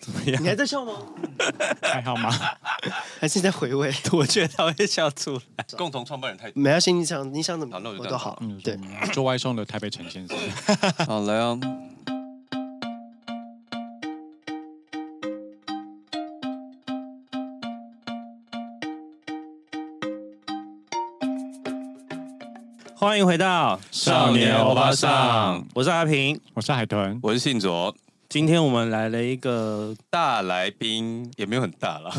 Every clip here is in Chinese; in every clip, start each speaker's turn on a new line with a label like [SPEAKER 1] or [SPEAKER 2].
[SPEAKER 1] 怎么 样
[SPEAKER 2] 你？还在笑吗？
[SPEAKER 1] 还好吗？
[SPEAKER 2] 还是你在回 味？
[SPEAKER 1] 我觉得他会笑出来。
[SPEAKER 3] 共同创办人太
[SPEAKER 2] 没关系，你想你想怎么
[SPEAKER 3] 好那我就
[SPEAKER 2] 我
[SPEAKER 3] 这
[SPEAKER 2] 都
[SPEAKER 3] 样
[SPEAKER 2] 好
[SPEAKER 1] 嗯，。
[SPEAKER 2] 对，
[SPEAKER 1] 做外送的台北陈先生，
[SPEAKER 3] 好来啊！
[SPEAKER 4] 欢迎回到
[SPEAKER 1] 少年欧巴桑，
[SPEAKER 4] 我是阿平。
[SPEAKER 1] 我是海豚。
[SPEAKER 3] 我是信卓，
[SPEAKER 4] 今天我们来了一个，
[SPEAKER 3] 大来宾也没有很大 啦。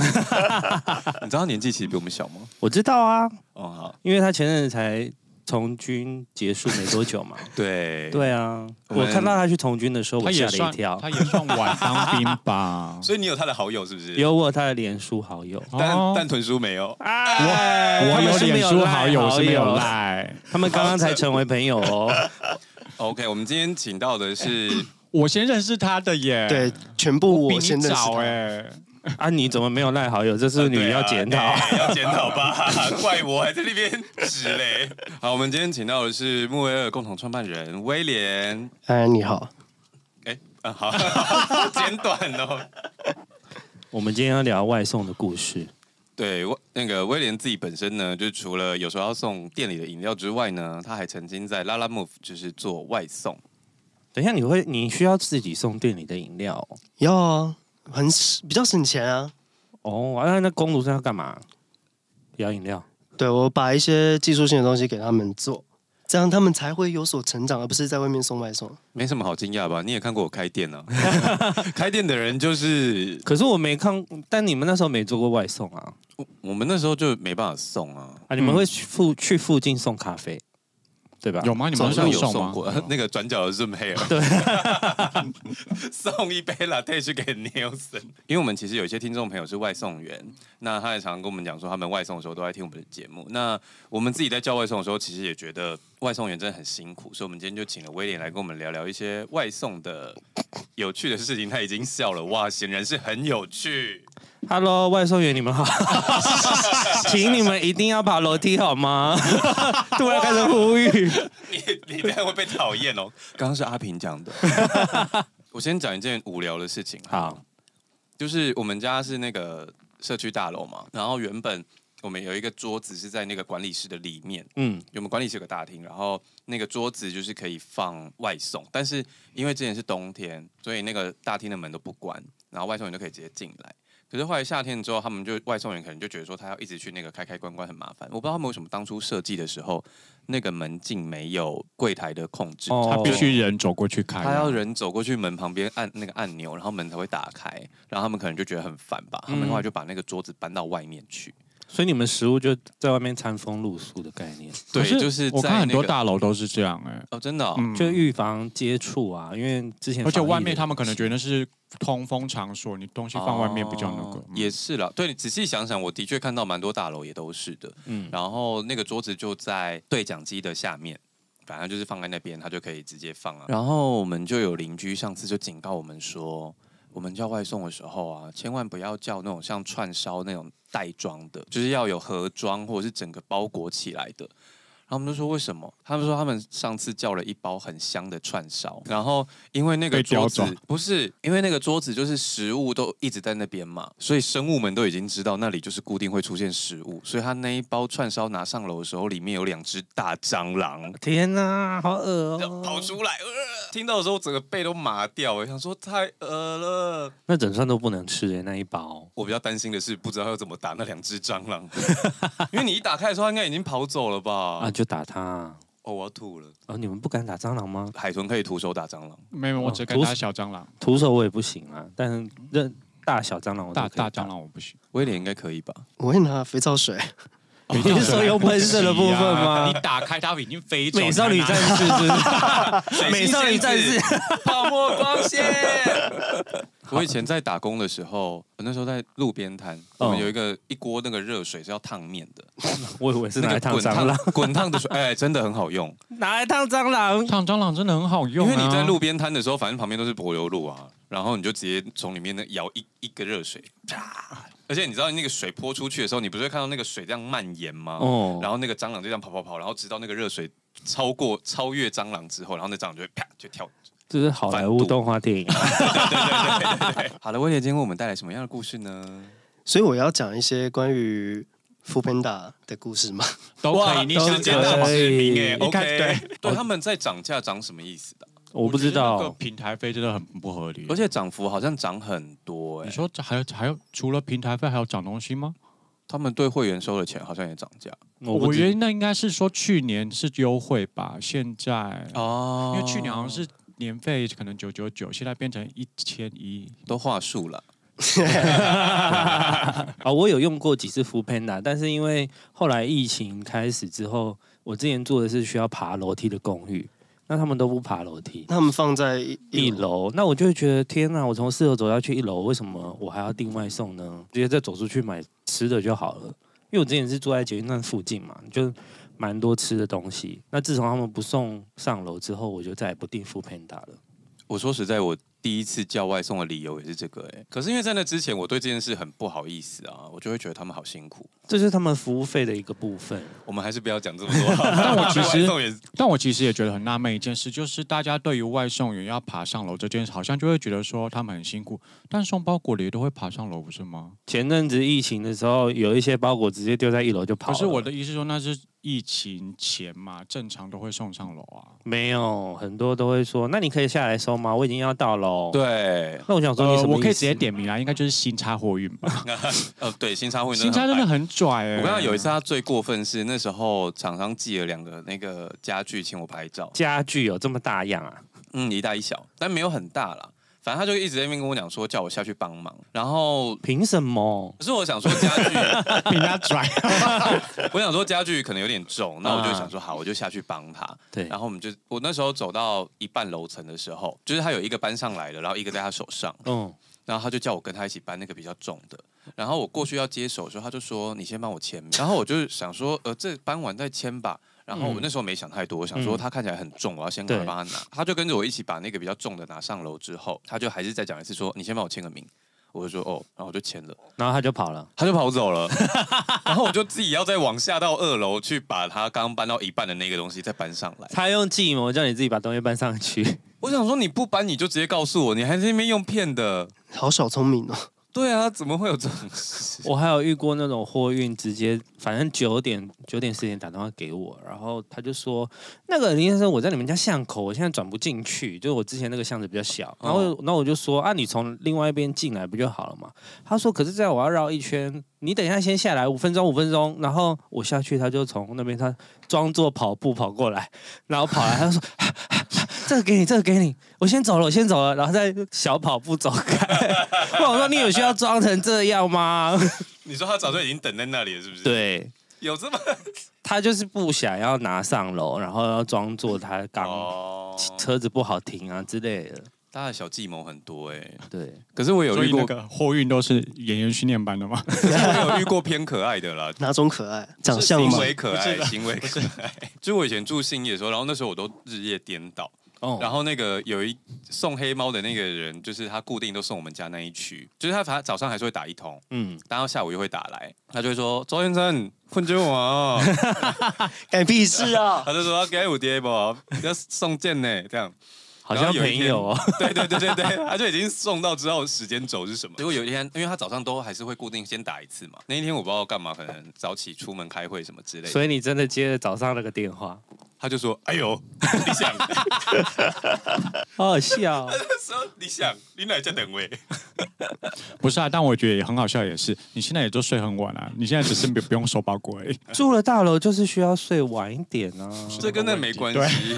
[SPEAKER 3] 你知道他年纪其实比我们小吗？
[SPEAKER 4] 我知道啊，
[SPEAKER 3] 哦，好，
[SPEAKER 4] 因为他前阵子才从军结束没多久嘛。
[SPEAKER 3] 对，
[SPEAKER 4] 对啊，
[SPEAKER 3] 我们。
[SPEAKER 4] 我看到他去从军的时候，我
[SPEAKER 1] 他也
[SPEAKER 4] 吓了一
[SPEAKER 1] 算
[SPEAKER 4] 跳
[SPEAKER 1] 他。也算晚当兵吧
[SPEAKER 3] 所以你有他的好友是不是？，
[SPEAKER 4] 有我他的脸书好友
[SPEAKER 3] 但
[SPEAKER 1] 哦
[SPEAKER 3] 但豚叔没有。哎
[SPEAKER 4] 啊
[SPEAKER 1] 我有脸书好友是没有
[SPEAKER 4] 啦，
[SPEAKER 1] 赖。
[SPEAKER 4] 他们刚刚才成为朋友哦。
[SPEAKER 3] OK，我们今天请到的是
[SPEAKER 1] 我先认识他的耶。
[SPEAKER 2] 对，，
[SPEAKER 3] 嗯
[SPEAKER 2] 全部
[SPEAKER 1] 比
[SPEAKER 2] 我
[SPEAKER 1] 你
[SPEAKER 2] 先认识
[SPEAKER 1] 早
[SPEAKER 2] 他
[SPEAKER 3] 欸
[SPEAKER 1] 哎。
[SPEAKER 4] 啊，你怎么没有赖好友？这是你要检讨。
[SPEAKER 3] 啊对啊哎要检讨吧， 怪我还在那边指嘞。好，我们今天请到的是穆威尔共同创办人威廉。
[SPEAKER 2] 哎，你好，
[SPEAKER 3] 哎，啊好， 好简短哦。
[SPEAKER 4] 我们今天要聊外送的故事。
[SPEAKER 3] 对，威那个威廉自己本身呢，就除了有时候要送店里的饮料之外呢，他还曾经在拉拉 move 就是做外送。
[SPEAKER 4] 等一下你会，你需要自己送店里的饮料哦
[SPEAKER 2] 要啊，很比较省钱啊。
[SPEAKER 4] 哦。啊那那公主是要干嘛？摇饮料。
[SPEAKER 2] 对我把一些技术性的东西给他们做，这样他们才会有所成长，而不是在外面送外送。
[SPEAKER 3] 没什么好惊讶吧？你也看过我开店呢、啊， 开店的人就是
[SPEAKER 4] 可是我没看，但你们那时候没做过外送啊？
[SPEAKER 3] 我我们那时候就没办法送啊。
[SPEAKER 1] 嗯
[SPEAKER 4] 啊，你们会去附、去附近送咖啡，对吧？
[SPEAKER 1] 有吗？你
[SPEAKER 3] 早
[SPEAKER 1] 们
[SPEAKER 3] 上
[SPEAKER 1] 上
[SPEAKER 3] 有
[SPEAKER 1] 吗嗯哦
[SPEAKER 3] 送过？ 那个转角的 Zoom 黑尔，
[SPEAKER 4] 对，
[SPEAKER 3] 送一杯 latte 去给 Nielsen。因为我们其实有一些听众朋友是外送员，那他也常跟我们讲说，他们外送的时候都在听我们的节目。那我们自己在叫外送的时候，其实也觉得外送员真的很辛苦，所以我们今天就请了威廉来跟我们聊聊一些外送的有趣的事情。他已经笑了，哇，显然是很有 趣。
[SPEAKER 4] Hello，外送员你们好，请你们一定要爬楼梯 好吗？突然开始呼吁，
[SPEAKER 3] 你你这样会被讨厌哦。刚刚是阿 平讲的，我先讲一件无聊的事情。
[SPEAKER 4] 好，
[SPEAKER 3] 就是我们家是那个社区大楼嘛，然后原本我们有一个桌子是在那个管理室的里面，
[SPEAKER 4] 嗯，
[SPEAKER 3] 我们管理室有个大厅，然后那个桌子就是可以放外送，但是因为之前是冬天，所以那个大厅的门都不关，然后外送员就可以直接进来。可是后来夏天之后，他们就外送员可能就觉得说他要一直去那个开开关关很麻烦，我不知道他们为什么当初设计的时候那个门禁没有柜台的控制，
[SPEAKER 4] 哦
[SPEAKER 1] 他必须人走过去开啊。
[SPEAKER 3] 他要人走过去门旁边按那个按钮，然后门才会打开，然后他们可能就觉得很烦
[SPEAKER 1] 嗯
[SPEAKER 3] 吧，他们后来就把那个桌子搬到外面去。
[SPEAKER 4] 所以你们食物就在外面餐风露宿的概念，
[SPEAKER 1] 可
[SPEAKER 3] 对，就是
[SPEAKER 1] 我
[SPEAKER 3] 在
[SPEAKER 1] 看很
[SPEAKER 3] 那
[SPEAKER 1] 多
[SPEAKER 3] 个
[SPEAKER 1] 大楼都是这样哎。
[SPEAKER 3] 哦，真的、哦，
[SPEAKER 1] 嗯
[SPEAKER 4] 就预防接触啊，因为之前
[SPEAKER 1] 而且
[SPEAKER 4] 防疫
[SPEAKER 1] 外
[SPEAKER 4] 的
[SPEAKER 1] 面他们可能觉
[SPEAKER 4] 关
[SPEAKER 1] 得是通风场所，你东西放外面比较那个。
[SPEAKER 3] 哦
[SPEAKER 1] 嗯
[SPEAKER 3] 也是啦，对你仔细想想，我的确看到蛮多大楼也都是的。
[SPEAKER 4] 系，嗯，
[SPEAKER 3] 然后那个桌子就在对讲机的下面，反正就是放在那边，他就可以直接放啊。然后我们就有邻居上次就警告我们说，我们叫外送的时候啊，千万不要叫那种像串烧那种袋装的，就是要有盒装或者是整个包裹起来的。然后我们就说为什么？他们说他们上次叫了一包很香的串烧，然后因为那个
[SPEAKER 1] 被叼
[SPEAKER 3] 桌子
[SPEAKER 1] 走
[SPEAKER 3] 不是因为那个桌子就是食物都一直在那边嘛，所以生物们都已经知道那里就是固定会出现食物，所以他那一包串烧拿上楼的时候，里面有两只大蟑螂。
[SPEAKER 4] 天哪、好恶
[SPEAKER 3] 就
[SPEAKER 4] 哦、
[SPEAKER 3] 跑出来，呃听到的时候我整个背都麻掉，我想说太饿了。
[SPEAKER 4] 那整串都不能吃诶、那一包。
[SPEAKER 3] 我比较担心的是不知道要怎么打那两只蟑螂，因为你一打开的时候，它应该已经跑走了吧
[SPEAKER 4] 啊，？就打他啊！
[SPEAKER 3] 哦，我要吐了。
[SPEAKER 4] 哦，你们不敢打蟑螂吗？
[SPEAKER 3] 海豚可以徒手打蟑螂。
[SPEAKER 1] 嗯没有，我只敢
[SPEAKER 4] 哦
[SPEAKER 1] 打小蟑螂，
[SPEAKER 4] 徒手我也不行啊，但是认大小蟑螂我都
[SPEAKER 1] 大
[SPEAKER 4] 可以打
[SPEAKER 1] 大蟑，螂我不行。
[SPEAKER 3] 威廉应该可以吧？
[SPEAKER 2] 我会拿肥皂水，
[SPEAKER 1] 你
[SPEAKER 4] 你是说有喷射的部分吗
[SPEAKER 1] 你打开它已经飞走。
[SPEAKER 4] 美少女战士是不是美少女 战士，
[SPEAKER 3] 泡沫光线。我以前在打工的时候，我那时候在路边摊，我们有一个一锅那个热水是要烫面的，
[SPEAKER 4] 我以为是拿
[SPEAKER 3] 那
[SPEAKER 4] 来
[SPEAKER 3] 个
[SPEAKER 4] 烫
[SPEAKER 3] 滚
[SPEAKER 4] 蟑螂，
[SPEAKER 3] 烫 滚烫的水，哎，真的很好 用。
[SPEAKER 4] 拿来烫 蟑螂。
[SPEAKER 1] 烫蟑螂真的很好
[SPEAKER 3] 因
[SPEAKER 1] 用、啊，
[SPEAKER 3] 为你在路边摊的时候，反正旁边都是柏油路啊，然后你就直接从里面那舀一一个热水，啪！而且你知道那个水泼出去的时候，你不是会看到那个水这样蔓延吗？
[SPEAKER 4] 哦
[SPEAKER 3] 然后那个蟑螂就这样跑跑跑，然后直到那个热水超过超越蟑螂之后，然后那蟑螂就会啪就跳
[SPEAKER 4] 这是好莱坞动画电影，啊
[SPEAKER 3] 好了，威廉今天为我们带来什么样的故事呢？
[SPEAKER 2] 所以我要讲一些关于 f o o Panda 的故事嘛。
[SPEAKER 1] 都可
[SPEAKER 3] 哇
[SPEAKER 1] 以，你
[SPEAKER 4] 都
[SPEAKER 1] 想
[SPEAKER 4] 可
[SPEAKER 1] 讲大
[SPEAKER 4] 以
[SPEAKER 1] 市民哎
[SPEAKER 4] 对
[SPEAKER 1] ，OK，对，
[SPEAKER 3] 对，他们在涨价涨什么意思的？
[SPEAKER 4] 我不知
[SPEAKER 1] 觉得那个
[SPEAKER 4] 道。
[SPEAKER 1] 平台费真的很不合理
[SPEAKER 3] 而。且涨幅好像涨很多哎、
[SPEAKER 1] 你说这还有还有除了平台费还有涨东西吗？
[SPEAKER 3] 他们对会员收的钱好像也涨价
[SPEAKER 4] 我不
[SPEAKER 1] 我觉
[SPEAKER 4] 知
[SPEAKER 1] 得那应该是说去年是优惠吧，现在
[SPEAKER 3] 哦
[SPEAKER 1] 因为去年好像是年费可能九九九，现在变成一千一。
[SPEAKER 3] 都话术了。
[SPEAKER 4] 啊，我有用过几次 f o o Panda，但是因为后来疫情开始之后，我之前住的是需要爬楼梯的公寓，那他们都不爬楼梯。
[SPEAKER 2] 他们放在一
[SPEAKER 4] 一，楼，那我就会觉得天哪！我从四楼走到去一楼，为什么我还要订外送呢？直接再走出去买吃的就好了。因为我之前是住在捷运站附近嘛，就蛮多吃的东西。那自从他们不送上楼之后，我就再也不订 f o o Panda 了。
[SPEAKER 3] 我说实在，我第一次叫外送的理由也是这个哎、可是因为在那之前，我对这件事很不好意思啊，我就会觉得他们好辛苦。
[SPEAKER 4] 这是他们服务费的一个部分。
[SPEAKER 3] 我们还是不要讲这么 多。
[SPEAKER 1] 但我其实
[SPEAKER 3] 外送也是
[SPEAKER 1] 但我其实也觉得很纳闷一件事，就是大家对于外送员要爬上楼这件事，好像就会觉得说他们很辛苦，但送包裹的也都会爬上楼，不是吗？
[SPEAKER 4] 前阵子疫情的时候，有一些包裹直接丢在一楼就跑
[SPEAKER 1] 可
[SPEAKER 4] 了。
[SPEAKER 1] 是我的意思说，那是疫情前嘛，正常都会送上楼啊。
[SPEAKER 4] 没有很多都会说，那你可以下来收吗？我已经要到喽。，
[SPEAKER 3] 对，
[SPEAKER 4] 那我想说你
[SPEAKER 1] 呃，
[SPEAKER 4] 什么、
[SPEAKER 1] 我可以直接。点名啦，应该就是新差货运吧。
[SPEAKER 3] 呃，对，新差会
[SPEAKER 1] 新差真的
[SPEAKER 3] 很
[SPEAKER 1] 很拽哎、
[SPEAKER 3] 白。我刚 刚 有一次，啊他最过分是那时候厂商寄了两个那个家具请我拍照，
[SPEAKER 4] 家具有这么大样啊？
[SPEAKER 3] 嗯，一大一小，但没有很大啦。反正他就一直在那边跟我讲说叫我下去帮忙，然后
[SPEAKER 4] 凭什么？
[SPEAKER 3] 可是我想说家具，
[SPEAKER 1] 比他拽，
[SPEAKER 3] 我想说家具可能有点重，那我就想说好，我就下去帮他。
[SPEAKER 4] 对
[SPEAKER 1] 啊
[SPEAKER 3] 然后我们就我那时候走到一半楼层的时候，就是他有一个搬上来了，然后一个在他手上，
[SPEAKER 4] 嗯，
[SPEAKER 3] 然后他就叫我跟他一起搬那个比较重的。然后我过去要接手的时候，他就说：“你先帮我签。”然后我就想说：“呃，这搬完再签吧。”然后我那时候没想太多，我想说
[SPEAKER 4] 嗯
[SPEAKER 3] 他看起来很重，我要先赶快
[SPEAKER 4] 对
[SPEAKER 3] 帮他拿。他就跟着我一起把那个比较重的拿上楼之后，他就还是再讲一次说：“你先帮我签个名。”我就说：“哦。”然后我就签了，
[SPEAKER 4] 然后他就跑了。
[SPEAKER 3] 他就跑走了。 然后我就自己要再往下到二楼去把他刚搬到一半的那个东西再搬上来。
[SPEAKER 4] 他用计谋叫你自己把东西搬上去，
[SPEAKER 3] 我想说你不搬你就直接告诉我，你还在那边用骗的。
[SPEAKER 2] 好小聪明哦。
[SPEAKER 3] 对啊，怎么会有这种事？
[SPEAKER 4] 我还有遇过那种货运直接，反正九点九点十点打电话给我，然后他就说那个林先生，我在你们家巷口，我现在转不进去，就是我之前那个巷子比较小，然后、然后我就说啊，你从另外一边进来不就好了嘛？他说可是这样我要绕一圈，你等一下先下来五分钟五分钟，然后我下去，他就从那边他装作跑步跑过来，然后跑来 他就说。啊这个给你，这个给你，我先走了，我先走了，然后再小跑步走开。 我想说，你有需要装成这样吗？
[SPEAKER 3] 你说他早就已经等在那里了，是不是？，
[SPEAKER 4] 对
[SPEAKER 3] 有这么
[SPEAKER 4] 他就是不想要拿上楼，然后要装作他刚
[SPEAKER 3] 哦，
[SPEAKER 4] 车子不好停啊之类的。
[SPEAKER 3] 大家的小计谋很多哎、
[SPEAKER 4] 对，
[SPEAKER 3] 可是我有
[SPEAKER 1] 所
[SPEAKER 3] 遇
[SPEAKER 1] 以
[SPEAKER 3] 过
[SPEAKER 1] 那，个货运都是演员训练班的吗？
[SPEAKER 3] 可是我有遇过偏可爱的啦，
[SPEAKER 2] 哪种可爱？ 长相
[SPEAKER 3] 行
[SPEAKER 2] 吗？
[SPEAKER 3] 为可爱，行为可爱。就我以前住信义的时候，然后那时候我都日夜颠倒，
[SPEAKER 4] 哦
[SPEAKER 3] 然后那个有一送黑猫的那个人，就是他固定都送我们家那一区，就是他反正早上还是会打一通，
[SPEAKER 4] 嗯，
[SPEAKER 3] 然后下午又会打来，他就会说周先生困觉我哦。
[SPEAKER 2] 干屁事啊！
[SPEAKER 3] 他就说要给我爹不，要送件呢，这样。
[SPEAKER 4] 好像
[SPEAKER 3] 有一
[SPEAKER 4] 朋
[SPEAKER 3] 天
[SPEAKER 4] 友哦，
[SPEAKER 3] 对对对对对，他就已经送到之后时间轴是什么？结果有一天，因为他早上都还是会固定先打一次嘛。那一天我不知道干嘛，可能早起出门开会什么之类的，
[SPEAKER 4] 所以你真的接了早上那个电话，
[SPEAKER 3] 他就说：“哎 呦，你想，
[SPEAKER 4] 好好笑哦、
[SPEAKER 3] 那时候你想，你哪在等位？
[SPEAKER 1] 不是啊，但我觉得也很好笑，也是你现在也都睡很晚啊，你现在只是不不用收包裹而已。
[SPEAKER 4] 住了大楼就是需要睡晚一点啊。
[SPEAKER 3] 这跟那没关
[SPEAKER 1] 对
[SPEAKER 3] 系。
[SPEAKER 1] 没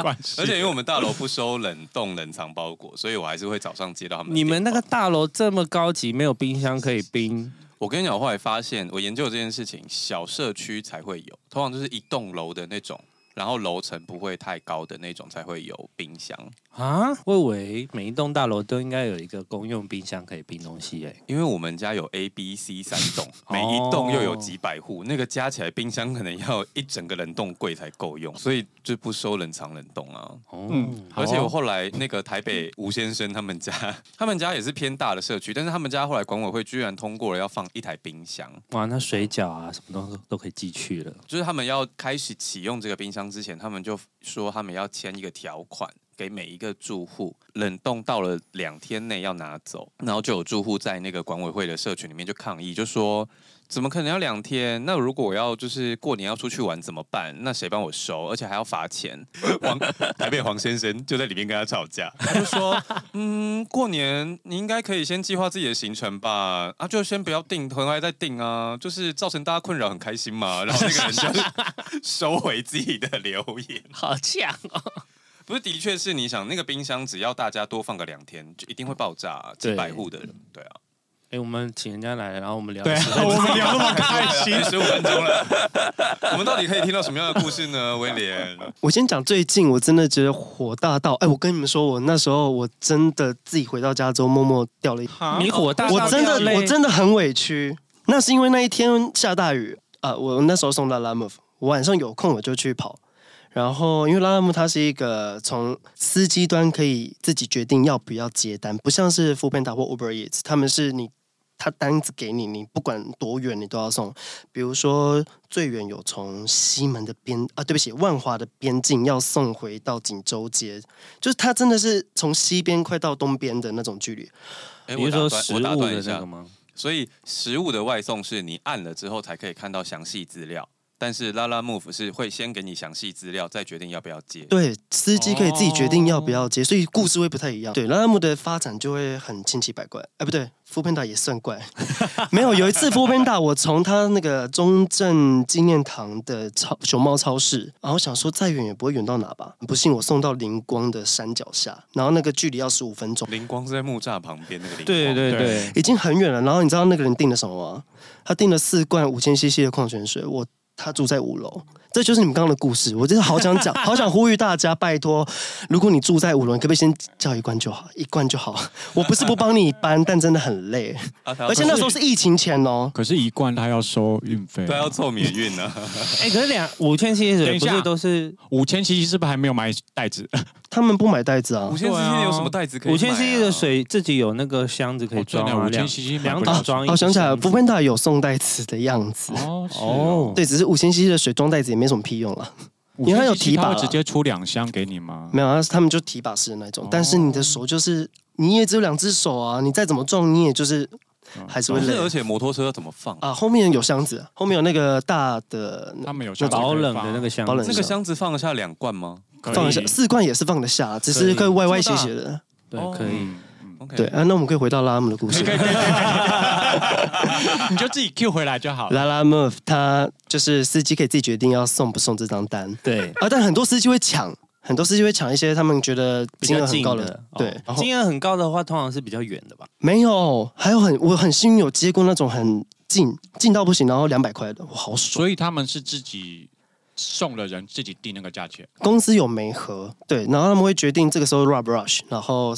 [SPEAKER 1] 关系
[SPEAKER 3] 而 且因为我们大楼不收冷冻冷藏包裹，所以我还是会早上接到他们。
[SPEAKER 4] 你们那个，大楼这么高级，没有冰箱可以冰，
[SPEAKER 3] 我跟你讲，我后来发现，我研究这件事情，小社区才会有，通常就是一栋楼的那种。”然后楼层不会太高的那种才会有冰箱，
[SPEAKER 4] 啊，我以为每一栋大楼都应该有一个公用冰箱可以冰东西诶、
[SPEAKER 3] 因为我们家有 A、B、C 三栋，
[SPEAKER 4] 哦
[SPEAKER 3] 每一栋又有几百户，那个加起来冰箱可能要一整个冷冻柜才够用，所以就不收冷藏冷冻啊。
[SPEAKER 4] 哦，
[SPEAKER 1] 嗯
[SPEAKER 3] 而且我后来那个台北吴先生他们家， 他们家也是偏大的社区，但是他们家后来管委会居然通过了要放一台冰箱，
[SPEAKER 4] 哇，那水饺啊什么东西都可以寄去了。
[SPEAKER 3] 就是他们要开始启用这个冰箱之前，他们就说他们要签一个条款，给每一个住户，冷冻到了两天内要拿走，然后就有住户在那个管委会的社群里面就抗议，就说怎么可能要两天？那如果我要就是过年要出去玩怎么办？那谁帮我收？而且还要罚钱。王 台北黄先生就在里面跟他吵架，他就说：“嗯，过年你应该可以先计划自己的行程吧，啊，就先不要定，回来再定啊，就是造成大家困扰很开心嘛。”然后那个人就是 收回自己的留言。
[SPEAKER 4] 好呛哦！
[SPEAKER 3] 不是，的确是你想那个冰箱，只要大家多放个两天，就一定会爆炸、几
[SPEAKER 4] 对
[SPEAKER 3] 百户的人，对啊，
[SPEAKER 4] 哎，我们请人家来，然后我们聊
[SPEAKER 1] 对啊，我们聊那么开 心，
[SPEAKER 3] 十五分钟了，我们到底可以听到什么样的故事呢？威廉，
[SPEAKER 2] 我先讲最近，我真的觉得火大到，哎，我跟你们说，我那时候我真的自己回到家之后，默默掉了一，
[SPEAKER 4] 迷火大啊
[SPEAKER 2] 我真的
[SPEAKER 4] 掉泪
[SPEAKER 2] 我真的很委屈。那是因为那一天下大雨啊、呃我那时候送拉拉木，我晚上有空我就去跑。然后，因为拉拉木它是一个从司机端可以自己决定要不要接单，不像是 f o o Panda 或 Uber Eats，他们是你他单子给你，你不管多远你都要送。比如说最远有从西门的边啊，对不起，万华的边境要送回到锦州街，就是它真的是从西边快到东边的那种距离。
[SPEAKER 3] 哎
[SPEAKER 4] 你
[SPEAKER 3] 我
[SPEAKER 4] 是
[SPEAKER 3] 打
[SPEAKER 4] 说
[SPEAKER 3] 断
[SPEAKER 4] 食
[SPEAKER 3] 我
[SPEAKER 4] 物
[SPEAKER 3] 打断
[SPEAKER 4] 的
[SPEAKER 3] 一
[SPEAKER 4] 那
[SPEAKER 3] 下
[SPEAKER 4] 个，吗？
[SPEAKER 3] 所以食物的外送是你按了之后才可以看到详细资料，但是拉拉 move 是会先给你详细资料，再决定要不要接。
[SPEAKER 2] 对，司机可以自己决定要不要接，所以故事会不太一样。哦对，拉拉木的发展就会很千奇百怪。哎，不对 f o o Panda 也算 怪。没有，有一次 f o o Panda，我从他那个中正纪念堂的超熊猫超市，然后想说再远也不会远到哪吧，不信我送到灵光的山脚下，然后那个距离要十五分钟，
[SPEAKER 3] 灵光是在木栅旁边那个灵光，
[SPEAKER 4] 对对对，
[SPEAKER 2] 已经很远了。然后你知道那个人订了什么吗？他订了四罐五千 CC 的矿泉水，我他住在五楼。这就是你们刚刚的故事，我真的好想 讲，好想呼吁大家，拜托，如果你住在五楼，你可不可以先叫一罐就好，一罐就好。我不是不帮你 搬，但真的很累，
[SPEAKER 3] 啊，他要
[SPEAKER 2] 而且那时候是
[SPEAKER 3] 凑
[SPEAKER 2] 疫情前哦。
[SPEAKER 1] 可是，一罐他要收运费，
[SPEAKER 3] 对要凑免运呢、啊，
[SPEAKER 4] 哎，可是两五千七
[SPEAKER 1] 等
[SPEAKER 4] 水
[SPEAKER 1] 一
[SPEAKER 4] 不
[SPEAKER 1] 下
[SPEAKER 4] 是都是
[SPEAKER 1] 五千其实是不是还没有买袋子？
[SPEAKER 2] 他们不买袋子啊
[SPEAKER 3] 五，千 CC 有什么袋子可以、啊
[SPEAKER 4] 五千 CC 的，水自己有那个箱子可以
[SPEAKER 1] 哦真
[SPEAKER 4] 装
[SPEAKER 1] 的
[SPEAKER 4] 啊，
[SPEAKER 1] 五千
[SPEAKER 4] 两
[SPEAKER 1] CC 买
[SPEAKER 4] 两
[SPEAKER 1] 不
[SPEAKER 4] 桶
[SPEAKER 1] 了
[SPEAKER 4] 装一
[SPEAKER 2] 哦，
[SPEAKER 4] 个箱
[SPEAKER 2] 想
[SPEAKER 4] 子。
[SPEAKER 2] 起来了，福芬达有送袋子的样子，
[SPEAKER 1] 哦是
[SPEAKER 4] 哦
[SPEAKER 2] 对，只是五千 CC 的水装袋子也没什么屁用了。
[SPEAKER 1] 五
[SPEAKER 2] 因为它有
[SPEAKER 1] 千 CC
[SPEAKER 2] 提拔
[SPEAKER 1] 他会
[SPEAKER 2] 啦
[SPEAKER 1] 直接出两箱给你吗？
[SPEAKER 2] 没有，他他们就提把式的那种，但是你的手就是你也只有两只手啊，你再怎么撞你也就是
[SPEAKER 1] 嗯
[SPEAKER 2] 哦还是
[SPEAKER 3] 不
[SPEAKER 2] 会
[SPEAKER 3] 哦是，
[SPEAKER 2] 累
[SPEAKER 3] 而且摩托车要怎么放？
[SPEAKER 2] 啊。后面有箱子，后面有那个大的
[SPEAKER 1] 他们有
[SPEAKER 2] 那种
[SPEAKER 4] 保冷的那个箱子，
[SPEAKER 2] 保冷
[SPEAKER 3] 那个箱子放得下两罐吗
[SPEAKER 2] 放得
[SPEAKER 1] 一
[SPEAKER 2] 下，四罐也是放得下，只是会歪歪斜斜的。
[SPEAKER 3] 哦
[SPEAKER 4] 对，可
[SPEAKER 1] 嗯
[SPEAKER 4] 以。
[SPEAKER 3] ？OK，
[SPEAKER 2] 对啊，那我们可以回到拉姆的故事。
[SPEAKER 1] 你就自己 Q 回来就好了。
[SPEAKER 2] 拉拉 move，他就是司机可以自己决定要送不送这张单
[SPEAKER 4] 对，
[SPEAKER 2] 啊，但很多司机会抢，很多司机会抢一些他们觉得
[SPEAKER 4] 比
[SPEAKER 2] 金
[SPEAKER 4] 较
[SPEAKER 2] 额很
[SPEAKER 4] 近
[SPEAKER 2] 高
[SPEAKER 4] 的
[SPEAKER 2] 的，，对，然
[SPEAKER 4] 哦
[SPEAKER 2] 后
[SPEAKER 4] 金额很高的话，通常是比较远的吧。
[SPEAKER 2] 没有，还有很我很幸运有接过那种很近近到不行，然后两百块的，我好爽。
[SPEAKER 1] 所以他们是自己送的人自己定那个价钱。
[SPEAKER 2] 公司有媒合，对，然后他们会决定这个时候 rub rush，然后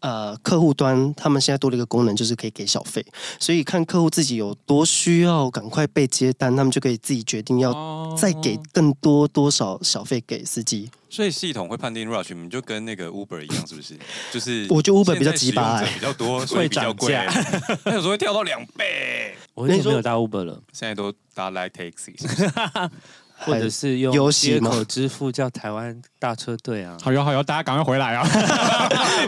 [SPEAKER 2] 呃客户端他们现在多了一个功能，就是可以给小费，所以看客户自己有多需要，赶快被接单，他们就可以自己决定要
[SPEAKER 1] 哦
[SPEAKER 2] 再给更多多少小费给司机。
[SPEAKER 3] 所以系统会判定 rush，你们就跟那个 Uber 一样，是不是？就是
[SPEAKER 2] 我觉得 Uber 比较鸡巴欸
[SPEAKER 3] 现在使用者比较多，所以比较贵
[SPEAKER 4] 会 涨，
[SPEAKER 3] 那有时候会跳到两倍。
[SPEAKER 4] 我很
[SPEAKER 2] 你
[SPEAKER 4] 久
[SPEAKER 2] 说
[SPEAKER 4] 没有搭 Uber 了，
[SPEAKER 3] 现在都搭 Light Taxi，
[SPEAKER 4] 或者是用
[SPEAKER 2] 有
[SPEAKER 4] 接
[SPEAKER 2] 洗吗
[SPEAKER 4] 口支付叫台湾大车队啊。
[SPEAKER 1] 好哟好哟，大家赶快回来啊！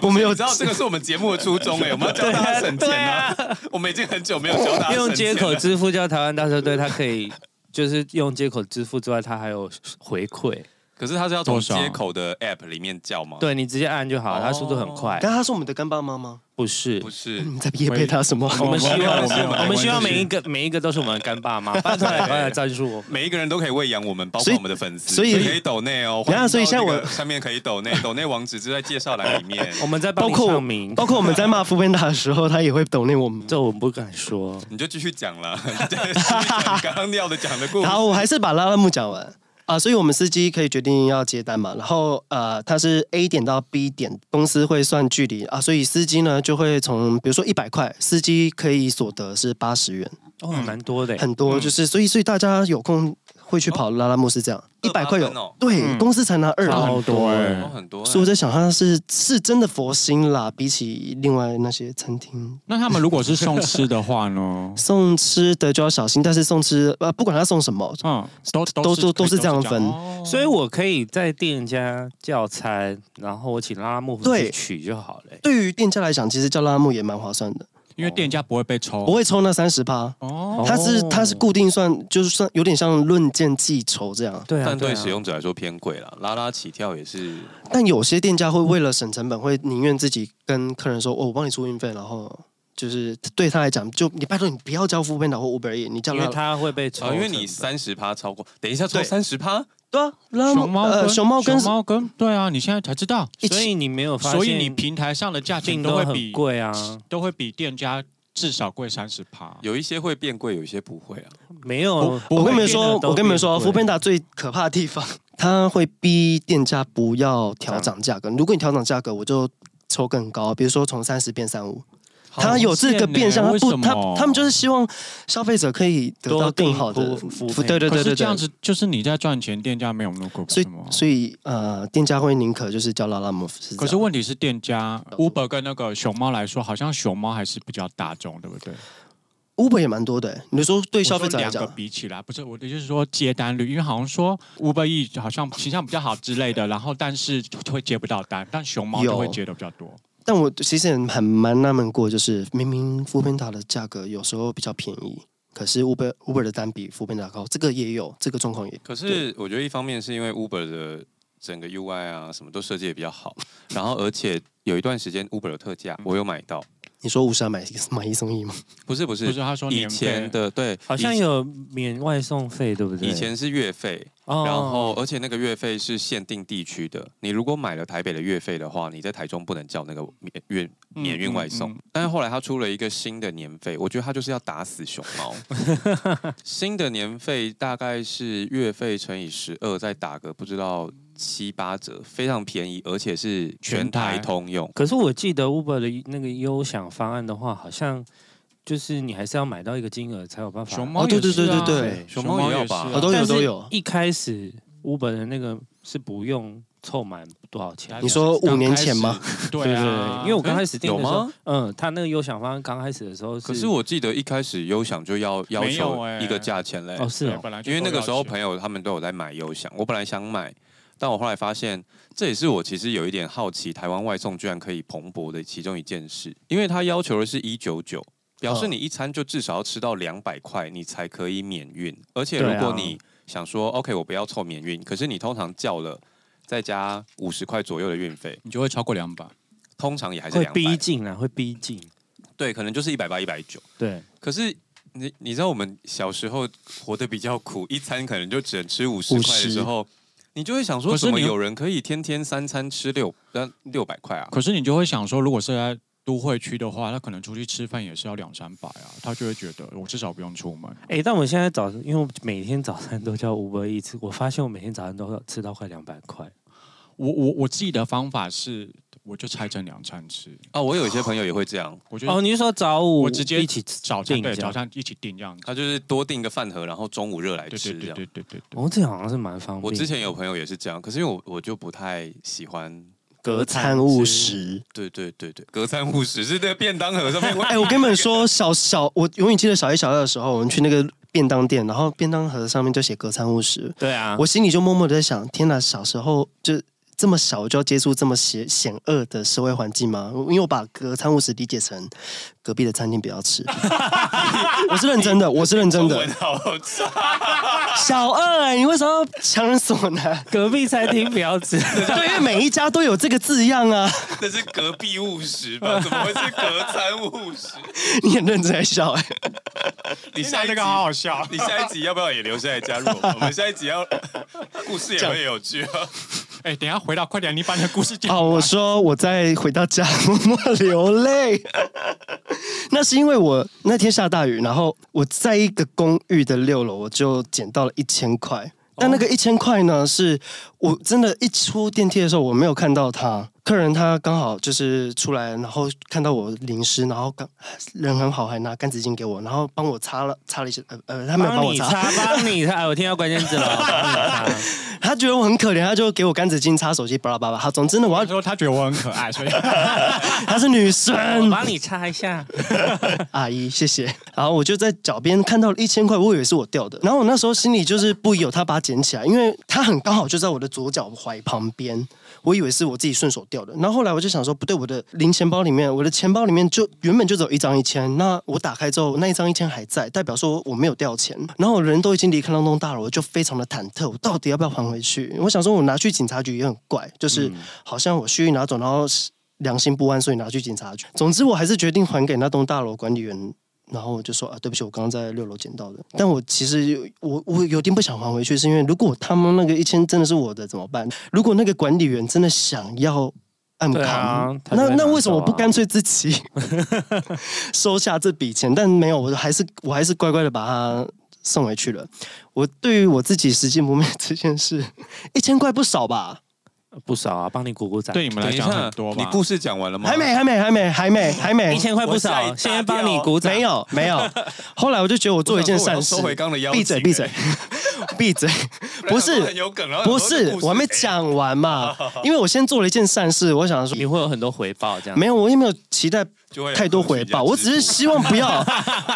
[SPEAKER 2] 我们有
[SPEAKER 3] 你知道这个是我们节目的初衷 哎、我们要教大家省钱啊！我们已经很久没有教 大家省
[SPEAKER 4] 用接
[SPEAKER 3] 钱
[SPEAKER 4] 口
[SPEAKER 3] 了。
[SPEAKER 4] 支付叫台湾大车队，它可以就是用接口支付之外，它还有回馈，
[SPEAKER 3] 可是他是要从
[SPEAKER 1] 多少
[SPEAKER 3] 接口的 App 里面叫吗？，
[SPEAKER 4] 对你直接按就好，
[SPEAKER 3] 哦
[SPEAKER 4] 它速度很快。
[SPEAKER 2] 但他是我们的干爸妈吗？
[SPEAKER 4] 不是
[SPEAKER 3] 不，是
[SPEAKER 2] 你在夜配他什么？
[SPEAKER 4] 我们希
[SPEAKER 1] 没有
[SPEAKER 4] 望
[SPEAKER 1] 没有没有
[SPEAKER 4] 哦我们希望
[SPEAKER 1] 没有
[SPEAKER 4] 每一个每一个都是我们的干爸 妈，拜托来帮来赞助我们。
[SPEAKER 3] 每一个人都可以喂养我们，包
[SPEAKER 2] 所
[SPEAKER 3] 括
[SPEAKER 2] 以
[SPEAKER 3] 我们的粉丝，
[SPEAKER 2] 所以
[SPEAKER 3] 可以抖内哦。
[SPEAKER 2] 等一下所以现在我哦
[SPEAKER 3] 上面可以 抖内，抖内网址就在介绍栏里面。
[SPEAKER 4] 我们在
[SPEAKER 2] 包
[SPEAKER 4] 帮你
[SPEAKER 2] 括
[SPEAKER 4] 唱
[SPEAKER 2] 我
[SPEAKER 4] 名，
[SPEAKER 2] 包括我们在骂 f o o 的时候，他也会懂那我们。
[SPEAKER 4] 这我不敢说。
[SPEAKER 3] 你就继续讲了， 你就继续讲刚刚廖的讲的故事。
[SPEAKER 2] 好，我还是把拉拉木讲完啊、所以我们司机可以决定要接单嘛，然后呃，他是 A 点到 B 点，公司会算距离啊、所以司机呢就会从比如说一百块，司机可以所得是八十元，
[SPEAKER 4] 哦，蛮多的欸。
[SPEAKER 2] 嗯很多就是所以所以大家有空会去跑拉拉木是这样，一百块有
[SPEAKER 3] 28分哦，
[SPEAKER 2] 对，
[SPEAKER 1] 嗯
[SPEAKER 2] 公司才拿二
[SPEAKER 1] 差
[SPEAKER 2] 百。
[SPEAKER 1] 很 多
[SPEAKER 3] 哦
[SPEAKER 1] 哎。
[SPEAKER 3] 很多欸。
[SPEAKER 2] 所以我在想，他是是真的佛心啦，比起另外那些餐厅？
[SPEAKER 1] 那他们如果是送吃的话呢
[SPEAKER 2] 送吃的就要小心，但是送吃呃，不管他送什么，
[SPEAKER 1] 嗯，都
[SPEAKER 2] 都
[SPEAKER 1] 都
[SPEAKER 2] 都都
[SPEAKER 1] 都
[SPEAKER 2] 是这样分
[SPEAKER 1] 哦
[SPEAKER 4] 所以我可以在店家叫餐，然后我请拉拉木夫
[SPEAKER 2] 对
[SPEAKER 4] 去取就好了欸、
[SPEAKER 2] 对于店家来讲，其实叫拉拉木也蛮划算的，
[SPEAKER 1] 因为店家不会被抽，
[SPEAKER 2] 不会抽那三十趴，
[SPEAKER 1] 哦，
[SPEAKER 2] 它是
[SPEAKER 4] 哦
[SPEAKER 2] 它是固定算，就是算有点像论件计酬这样。
[SPEAKER 4] 对啊，
[SPEAKER 3] 但对
[SPEAKER 4] 啊
[SPEAKER 3] 使用者来说偏贵了，拉拉起跳也是
[SPEAKER 2] 但有些店家会为了省成本，会宁愿自己跟客人说：“哦，我帮你出运费。”然后就是对他来讲，就你拜托你不要交付费的或 Uber E，你叫
[SPEAKER 4] 因
[SPEAKER 2] 拉
[SPEAKER 4] 为它会被抽成
[SPEAKER 3] 哦，
[SPEAKER 4] 本，
[SPEAKER 3] 因为你三十趴超过，等一下超
[SPEAKER 2] 对
[SPEAKER 3] 三十趴，
[SPEAKER 2] 对啊，拉
[SPEAKER 1] 熊猫
[SPEAKER 2] 呃
[SPEAKER 1] 跟
[SPEAKER 2] 熊猫跟
[SPEAKER 1] 熊猫跟对啊，你现在才知道，
[SPEAKER 2] 一
[SPEAKER 4] 所
[SPEAKER 2] 起
[SPEAKER 4] 以你没有发现，
[SPEAKER 1] 所以你平台上的价钱
[SPEAKER 4] 定
[SPEAKER 1] 都会
[SPEAKER 4] 很
[SPEAKER 1] 比
[SPEAKER 4] 贵啊，
[SPEAKER 1] 都会比店家至少贵三十趴。
[SPEAKER 3] 有一些会变贵，有一些不会啊。
[SPEAKER 4] 没有。
[SPEAKER 2] 我跟你们说，我跟你们说，
[SPEAKER 4] 福
[SPEAKER 2] 福片达最可怕的地方，它会逼店家不要调
[SPEAKER 1] 嗯
[SPEAKER 3] 涨
[SPEAKER 2] 涨价格。如果你调涨价格，我就抽更高，比如说从三十变三五。它有这个变相，
[SPEAKER 1] 好
[SPEAKER 2] 它
[SPEAKER 1] 贱欸
[SPEAKER 2] 不，
[SPEAKER 1] 为什
[SPEAKER 2] 它
[SPEAKER 1] 么
[SPEAKER 2] 他们就是希望消费者可以得到
[SPEAKER 4] 多订
[SPEAKER 2] 更好的
[SPEAKER 4] 多
[SPEAKER 2] 服
[SPEAKER 4] 服
[SPEAKER 2] 务。
[SPEAKER 4] 配
[SPEAKER 2] 对对
[SPEAKER 1] 可
[SPEAKER 2] 对
[SPEAKER 1] 是
[SPEAKER 2] 对
[SPEAKER 1] 这样
[SPEAKER 2] 对。
[SPEAKER 1] 子就是你在赚钱，店家没有那么贵，
[SPEAKER 2] 所以
[SPEAKER 1] 不是吗
[SPEAKER 2] 所以呃，店家会宁可就是叫拉拉姆是这
[SPEAKER 1] 可是
[SPEAKER 2] 样。
[SPEAKER 1] 问题是，店家
[SPEAKER 2] 懂
[SPEAKER 1] Uber 跟那个熊猫来说，好像熊猫还是比较大众，对不对？
[SPEAKER 2] Uber 也蛮多的、欸你说对
[SPEAKER 1] 对
[SPEAKER 2] 消费者来
[SPEAKER 1] 两个
[SPEAKER 2] 讲，
[SPEAKER 1] 比起来，不是我的就是说接单率，因为好像说 Uber E 好像形象比较好之类的，然后但是会接不到单，但熊猫
[SPEAKER 2] 有
[SPEAKER 1] 就会接的比较多。
[SPEAKER 2] 但我其实也很蛮纳闷过，就是明明 f o o p a n d a 的价格有时候比较便宜，可是 Uber Uber 的单比 f o o p a n d a 高，这个也有，这个状况也
[SPEAKER 3] 可是我觉得一方面是因为 Uber 的整个 UI 啊什么都设计的比 较好，然后而且有一段时间 Uber 有特价，
[SPEAKER 1] 嗯
[SPEAKER 3] 我有买到，
[SPEAKER 2] 你说五十要买一买一送一吗？
[SPEAKER 3] 不是不是
[SPEAKER 1] 不是他说
[SPEAKER 3] 以
[SPEAKER 1] 年费
[SPEAKER 3] 前的对，
[SPEAKER 4] 好像
[SPEAKER 3] 以
[SPEAKER 4] 有免外送费，对不对？
[SPEAKER 3] 以前是月费，
[SPEAKER 4] 哦，
[SPEAKER 3] 然后而且那个月费是限定地区的，你如果买了台北的月费的话，你在台中不能叫那个免运
[SPEAKER 1] 嗯
[SPEAKER 3] 免运外送。
[SPEAKER 1] 嗯嗯
[SPEAKER 3] 但是后来他出了一个新的年费，我觉得他就是要打死熊 猫。新的年费大概是月费乘以十二，再打个不知道七八折，非常便宜，而且是全
[SPEAKER 1] 全台
[SPEAKER 3] 台通用。
[SPEAKER 4] 可是我记得 Uber 的那个优享方案的话，好像就是你还是要买到一个金额才有办法。
[SPEAKER 1] 熊猫
[SPEAKER 2] 哦对
[SPEAKER 1] 也
[SPEAKER 2] 对
[SPEAKER 1] 是啊
[SPEAKER 2] 对对
[SPEAKER 3] 哦对熊猫也要吧
[SPEAKER 1] 是啊
[SPEAKER 2] 我、都有
[SPEAKER 4] 但是
[SPEAKER 2] 都有。
[SPEAKER 4] 一开始 Uber 的那个是不用凑满多少钱
[SPEAKER 1] 它
[SPEAKER 4] 的？
[SPEAKER 2] 你说五年前吗
[SPEAKER 1] 刚开始？
[SPEAKER 4] 对
[SPEAKER 1] 对
[SPEAKER 4] 对
[SPEAKER 1] 啊，
[SPEAKER 4] 对，因为我刚开始订
[SPEAKER 3] 有
[SPEAKER 4] 的时候
[SPEAKER 3] 吗，
[SPEAKER 4] 嗯，他那个优享方案刚开始的时候是，
[SPEAKER 3] 可是我记得一开始优享就要要
[SPEAKER 1] 没有
[SPEAKER 3] 求
[SPEAKER 1] 欸
[SPEAKER 3] 一个价钱嘞、
[SPEAKER 4] 哦是
[SPEAKER 1] 对
[SPEAKER 4] 哦，
[SPEAKER 1] 本来就
[SPEAKER 3] 因为那个时候
[SPEAKER 1] 都
[SPEAKER 3] 朋友他们都有在买优享，我本来想买，但我后来发现，这也是我其实有一点好奇，台湾外送居然可以蓬勃的其中一件事，因为它要求的是一九九，表示
[SPEAKER 2] 嗯
[SPEAKER 3] 你一餐就至少要吃到两百块，你才可以免运。而且
[SPEAKER 4] 对
[SPEAKER 3] 如
[SPEAKER 4] 啊
[SPEAKER 3] 果你想说、OK，我不要凑免运，可是你通常叫了再加五十块左右的运费，
[SPEAKER 1] 你就会超过两百。啊
[SPEAKER 3] 通常也还是
[SPEAKER 4] 会
[SPEAKER 3] 两
[SPEAKER 4] 逼
[SPEAKER 3] 百，
[SPEAKER 4] 近啊，会逼近。
[SPEAKER 3] 对，可能就是一百八、一百九。
[SPEAKER 4] 对，
[SPEAKER 3] 可是你你知道我们小时候活得比较苦，一餐可能就只能吃五十块的时候，你就会想说，
[SPEAKER 1] 可是
[SPEAKER 3] 怎么
[SPEAKER 1] 你
[SPEAKER 3] 有人可以天天三餐吃六呃六百块啊？
[SPEAKER 1] 可是你就会想说，如果是在都会区的话，他可能出去吃饭也是要两三百啊，他就会觉得我至少不用出门。
[SPEAKER 4] 哎，但我现在早，因为我每天早餐都叫 Uber 一次，我发现我每天早餐都要吃到快两百块。
[SPEAKER 1] 我我我自己的方法是，我就拆成两餐吃，
[SPEAKER 3] 啊，我有一些朋友也会这样，
[SPEAKER 1] 我觉得
[SPEAKER 4] 哦，你是说早午
[SPEAKER 1] 我直接
[SPEAKER 4] 一起吃
[SPEAKER 1] 早餐
[SPEAKER 4] 订
[SPEAKER 1] 对
[SPEAKER 4] 这样
[SPEAKER 1] 早餐一起订这样子。
[SPEAKER 3] 他就是多订个饭盒，然后中午热来
[SPEAKER 1] 对
[SPEAKER 3] 吃
[SPEAKER 1] 对
[SPEAKER 3] 这
[SPEAKER 1] 对
[SPEAKER 3] 样。
[SPEAKER 1] 对对对对。
[SPEAKER 4] 哦，这好像是蛮方便的。
[SPEAKER 3] 我之前有朋友也是这样，可是因为我我就不太喜欢。
[SPEAKER 2] 隔餐务实。
[SPEAKER 3] 对对对对，隔三五十是那个便当盒上面 会
[SPEAKER 2] 哎、我跟你们说，小小我永远记得小一、小二的时候，我们去那个便当店，然后便当盒上面就写隔餐务实，
[SPEAKER 4] 对啊，
[SPEAKER 2] 我心里就默默的在想，天哪，小时候就这么小就要接触这么险险恶的社会环境吗？因为我把隔餐务实理解成隔壁的餐厅不要吃， 我是认真的，我是认真
[SPEAKER 3] 中
[SPEAKER 2] 的
[SPEAKER 3] 文。啊好 差，
[SPEAKER 2] 小二、哎，你为什么要强人所 难？
[SPEAKER 4] 隔壁餐厅不要吃。
[SPEAKER 2] 对，因为每一家都有这个字样啊。
[SPEAKER 3] 那是隔壁务实吧？怎么会是隔餐务实？
[SPEAKER 2] 你很认真在笑、哎。
[SPEAKER 3] 你
[SPEAKER 1] 现
[SPEAKER 3] 下
[SPEAKER 1] 在
[SPEAKER 3] 一集
[SPEAKER 1] 好笑
[SPEAKER 3] 你下一集要不要也留下来加入我们？我们下一集 要故事也会有趣啊。
[SPEAKER 1] 哎、等一下回到快点，你把你的故事讲
[SPEAKER 2] 哦，我
[SPEAKER 1] 完
[SPEAKER 2] 说我在回到家默默流泪， 那是因为我那天下大雨，然后我在一个公寓的六楼，我就捡到了一千哦块。但那个一千块呢，是我真的，一出电梯的时候我没有看到它，客人他刚好就是出来，然后看到我淋湿，然后刚啊人很好，还拿干纸巾给我，然后帮我擦了擦了一下，呃呃，他没有帮我
[SPEAKER 4] 你
[SPEAKER 2] 擦，
[SPEAKER 4] 擦，帮你擦，哎我听到关键字了，帮你擦
[SPEAKER 2] 他觉得我很可怜，他就给我干纸巾擦手机，巴拉巴拉。好，总之呢，我
[SPEAKER 1] 他
[SPEAKER 2] 要
[SPEAKER 1] 说他觉得我很可爱， 所以
[SPEAKER 2] 她是女生，
[SPEAKER 4] 我帮你擦一下。
[SPEAKER 2] 阿姨，谢谢。然后我就在脚边看到了一千块，我以为是我掉的。然后我那时候心里就是不由他把它捡起来，因为它很刚好就在我的左脚踝旁边，我以为是我自己顺手掉的。然后后来我就想说，不对，我的零钱包里面，我的钱包里面就原本就只有一张一千，那我打开之后那一张一千还在，代表说我没有掉钱。然后人都已经离开那栋大楼，我就非常的忐忑，我到底要不要还回去？我想说，我拿去警察局也很怪，就是、好像我蓄意拿走，然后良心不安，所以拿去警察局。总之，我还是决定还给那栋大楼管理员。然后我就说啊，对不起，我刚刚在六楼捡到的。但我其实我我有点不想还回去，是因为如果他们那个一千真的是我的怎么办？如果那个管理员真的想要暗
[SPEAKER 4] 对
[SPEAKER 2] 扛，
[SPEAKER 4] 啊他就
[SPEAKER 2] 那
[SPEAKER 4] 会
[SPEAKER 2] 那
[SPEAKER 4] 拿
[SPEAKER 2] 为什么
[SPEAKER 4] 走
[SPEAKER 2] 不
[SPEAKER 4] 啊
[SPEAKER 2] 干脆自己收下这笔钱？但没有，我还是我还是乖乖的把它送回去了。我对于我自己实际不昧这件事，一千块不少吧？
[SPEAKER 4] 不少啊，帮你鼓鼓掌。
[SPEAKER 1] 对你们来讲很多吧
[SPEAKER 3] 你。故事讲完了吗？
[SPEAKER 2] 还没，还没，还没，还没，还没，
[SPEAKER 4] 一千块不
[SPEAKER 3] 我吓
[SPEAKER 4] 少，
[SPEAKER 3] 一大
[SPEAKER 4] 先帮你鼓掌。
[SPEAKER 2] 没有，没有。后来我就觉得我做了一件善
[SPEAKER 3] 哦我想
[SPEAKER 2] 事
[SPEAKER 3] 说我要收，回刚刚的邀
[SPEAKER 2] 闭
[SPEAKER 3] 请
[SPEAKER 2] 嘴，闭嘴， 闭 嘴，不
[SPEAKER 3] 然很
[SPEAKER 2] 是。
[SPEAKER 3] 有梗，然后
[SPEAKER 2] 不
[SPEAKER 3] 很
[SPEAKER 2] 是
[SPEAKER 3] 多故，事哎
[SPEAKER 2] 我还没。讲完嘛，因为我先做了一件善事，我想说
[SPEAKER 4] 你会有很多回报，这样
[SPEAKER 2] 没有，我也没有期待
[SPEAKER 3] 就会有
[SPEAKER 2] 太多回报，我只是希望不 要，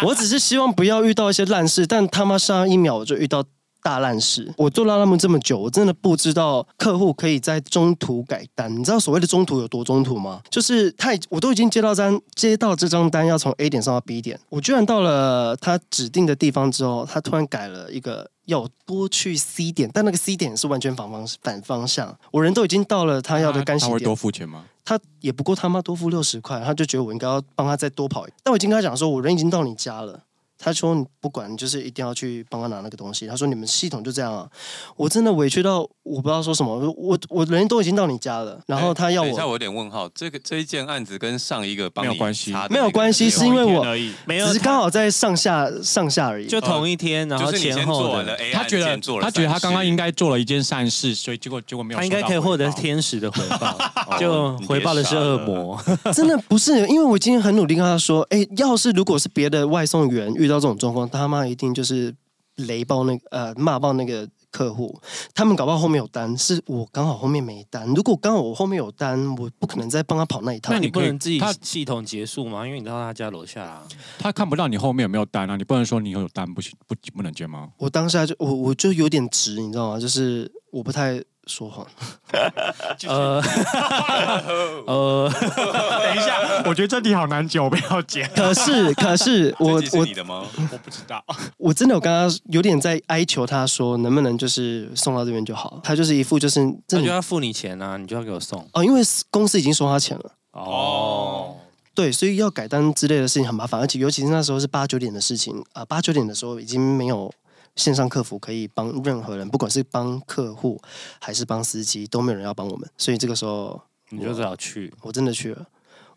[SPEAKER 2] 我只是希望不要遇到一些烂事，但他妈上一秒我就遇到大烂事。我做拉拉木这么久，我真的不知道客户可以在中途改单。你知道所谓的中途有多中途吗？就是他已我都已经接到单，接到这张单要从 A 点上到 B 点，我居然到了他指定的地方之后，他突然改了一个。要我多去 C 点，但那个 C 点是完全反方反方向。我人都已经到了他要的干洗
[SPEAKER 1] 啊他会
[SPEAKER 2] 点
[SPEAKER 1] 多，付钱吗？
[SPEAKER 2] 他也不够他妈多付六十块，他就觉得我应该要帮他再多跑一。但我已经跟他讲说，我人已经到你家了。他说你不管，你就是一定要去帮他拿那个东西。他说你们系统就这样啊，我真的委屈到我不知道说什么。我我我人都已经到你家了，然后他要
[SPEAKER 3] 哎等一下，
[SPEAKER 2] 我
[SPEAKER 3] 我有点问号，这个这一件案子跟上一个帮你
[SPEAKER 1] 没有关系
[SPEAKER 3] 查的
[SPEAKER 2] 没有
[SPEAKER 3] 那个
[SPEAKER 2] 关系
[SPEAKER 3] 人
[SPEAKER 2] 是因为我
[SPEAKER 4] 而已，没有
[SPEAKER 2] 只是刚好在上下上下而已。
[SPEAKER 4] 就同一天，然后
[SPEAKER 3] 就是你
[SPEAKER 4] 前
[SPEAKER 3] 先
[SPEAKER 4] 后
[SPEAKER 3] 做
[SPEAKER 4] 的
[SPEAKER 3] 完了 A
[SPEAKER 1] 他
[SPEAKER 3] 案
[SPEAKER 1] 觉得
[SPEAKER 3] 件做了
[SPEAKER 1] 他
[SPEAKER 3] 善事，
[SPEAKER 1] 觉得他刚刚应该做了一件善事，所以结果结果没有收到
[SPEAKER 4] 他应
[SPEAKER 1] 回报。
[SPEAKER 4] 该可以获得天使的回报，就回报的是恶魔。
[SPEAKER 2] 真的不是，因为我今天很努力跟他说，哎、要是如果是别的外送员遇到这种状况，他妈一定就是雷爆那个呃骂爆那个客户，他们搞不好后面有单，是我刚好后面没单。如果刚好我后面有单，我不可能再帮他跑那一趟。
[SPEAKER 1] 那
[SPEAKER 4] 你
[SPEAKER 1] 你
[SPEAKER 4] 不
[SPEAKER 1] 可以
[SPEAKER 4] 能自己
[SPEAKER 1] 他
[SPEAKER 4] 系统结束吗？因为你到他家楼下啊，
[SPEAKER 1] 他看不到你后面有没有单啊，你不能说你有单不行不不能接吗？
[SPEAKER 2] 我当下就我我就有点直，你知道吗？就是我不太说谎。
[SPEAKER 4] 呃 呃，
[SPEAKER 1] 等一下，我觉得这题好难解，我不要解。
[SPEAKER 2] 可是可是我
[SPEAKER 3] 这集是
[SPEAKER 2] 我
[SPEAKER 3] 你的吗？
[SPEAKER 1] 我不知道，
[SPEAKER 2] 我真的有跟他有点在哀求他说，能不能就是送到这边就好。他就是一副就是
[SPEAKER 4] 那
[SPEAKER 2] 这
[SPEAKER 4] 就要付你钱啊，你就要给我送
[SPEAKER 2] 哦，因为公司已经收他钱了。
[SPEAKER 4] 哦。
[SPEAKER 2] 对，所以要改单之类的事情很麻烦，而且尤其是那时候是八九点的事情啊，八、九点的时候已经没有线上客服可以帮任何人，不管是帮客户还是帮司机，都没有人要帮我们，所以这个时候
[SPEAKER 4] 你就只好去，
[SPEAKER 2] 我真的去了。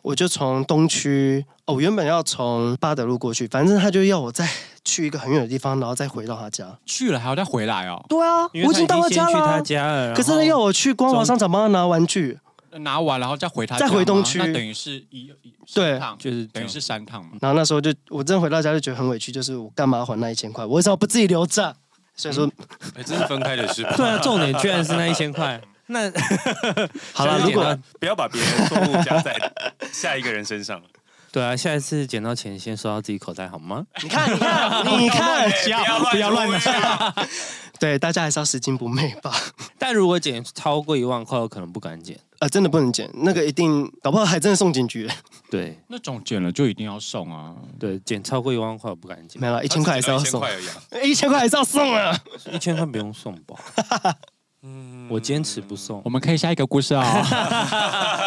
[SPEAKER 2] 我就从东区，哦，我原本要从巴德路过去，反正他就要我再 去一个很远的地方，然后再回到他家。
[SPEAKER 1] 去了还要再回来哦，
[SPEAKER 2] 对啊，
[SPEAKER 4] 因为
[SPEAKER 2] 我已经到
[SPEAKER 4] 他
[SPEAKER 2] 他
[SPEAKER 4] 已经
[SPEAKER 2] 家
[SPEAKER 4] 先去
[SPEAKER 2] 了
[SPEAKER 4] 他
[SPEAKER 2] 啊。
[SPEAKER 4] 家了。
[SPEAKER 2] 可是他
[SPEAKER 4] 然后
[SPEAKER 2] 要我去光华商场帮他拿玩具，
[SPEAKER 1] 拿完然后再回他家
[SPEAKER 2] 再
[SPEAKER 1] 吗，
[SPEAKER 2] 回东区
[SPEAKER 1] 那等于是一一
[SPEAKER 2] 对
[SPEAKER 1] 三趟
[SPEAKER 4] 就是
[SPEAKER 1] 等于是三趟嘛。
[SPEAKER 2] 然后那时候就我真的回到家就觉得很委屈，就是我干嘛还那一千块？我为什么不自己留着？所以说
[SPEAKER 3] 哎，这是分开的事吧？
[SPEAKER 4] 对啊，重点居然是那一千 块。 那
[SPEAKER 2] 好了，
[SPEAKER 4] 下次
[SPEAKER 2] 如
[SPEAKER 4] 捡
[SPEAKER 2] 果
[SPEAKER 4] 到
[SPEAKER 3] 不要把别人的错误加在下一个人身上。
[SPEAKER 4] 对啊，下一次捡到钱先收到自己口袋好吗？
[SPEAKER 2] 你看，你 看， 你看，
[SPEAKER 3] 哎不要乱啊哎讲。
[SPEAKER 2] 对，大家还是要拾金不昧吧。
[SPEAKER 4] 但如果捡超过一万块，我可能不敢捡。
[SPEAKER 2] 呃，真的不能捡，那个一定，搞不好还真的送警局。
[SPEAKER 4] 对
[SPEAKER 1] 那种捡了就一定要送啊，
[SPEAKER 4] 对，捡超过一万块我不敢捡
[SPEAKER 2] 没，有了，一千块还是要
[SPEAKER 3] 一千
[SPEAKER 2] 送
[SPEAKER 3] 块，而已啊。
[SPEAKER 2] 一千块还是要送啊。
[SPEAKER 4] 一千块不用送吧？我坚持不送
[SPEAKER 1] 我。们可以下一个故事啊。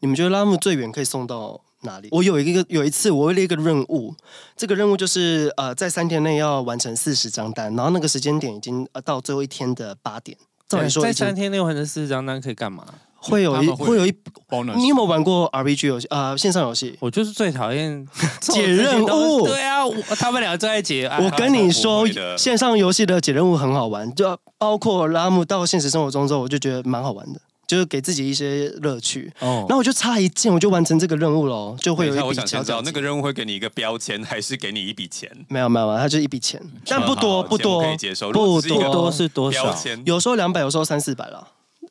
[SPEAKER 2] 你们觉得拉姆最远可以送到哪里？我有一个有一次，我为了一个任务，这个任务就是呃，在三天内要完成四十张单，然后那个时间点已经呃到最后一天的八点。照理说
[SPEAKER 4] 在
[SPEAKER 2] 已经
[SPEAKER 4] 三天内完成四十张单可以干嘛？
[SPEAKER 2] 会有一
[SPEAKER 1] 他们会
[SPEAKER 2] 会有一，
[SPEAKER 1] bonus，
[SPEAKER 2] 你有没有玩过 RPG 游戏啊、呃线上游戏？
[SPEAKER 4] 我就是最讨厌做
[SPEAKER 2] 解
[SPEAKER 4] 这些
[SPEAKER 2] 任
[SPEAKER 4] 东
[SPEAKER 2] 务
[SPEAKER 4] 西对啊，我他们俩最爱解。啊
[SPEAKER 2] 我跟你说
[SPEAKER 3] 他是不会，的
[SPEAKER 2] 线上游戏的解任务很好玩，就包括拉姆到现实生活中之后，我就觉得蛮好玩的。就是给自己一些乐趣。
[SPEAKER 4] 哦
[SPEAKER 2] 然，后我就差一件，我就完成这个任务喽，就会有
[SPEAKER 3] 等一下
[SPEAKER 2] 一
[SPEAKER 3] 我
[SPEAKER 2] 笔
[SPEAKER 3] 想
[SPEAKER 2] 小
[SPEAKER 3] 先知道
[SPEAKER 2] 奖
[SPEAKER 3] 那
[SPEAKER 2] 金。
[SPEAKER 3] 个任务会给你一个标签，还是给你一笔钱？
[SPEAKER 2] 没有没有没有，它就是一笔钱，但不多
[SPEAKER 3] 嗯好
[SPEAKER 2] 不多
[SPEAKER 3] 钱我可以接受如
[SPEAKER 2] 不
[SPEAKER 3] 果只是一
[SPEAKER 4] 不
[SPEAKER 3] 个
[SPEAKER 2] 多
[SPEAKER 4] 多是多
[SPEAKER 3] 标
[SPEAKER 4] 少？
[SPEAKER 3] 签
[SPEAKER 2] 有时候两百，有时候三四百了。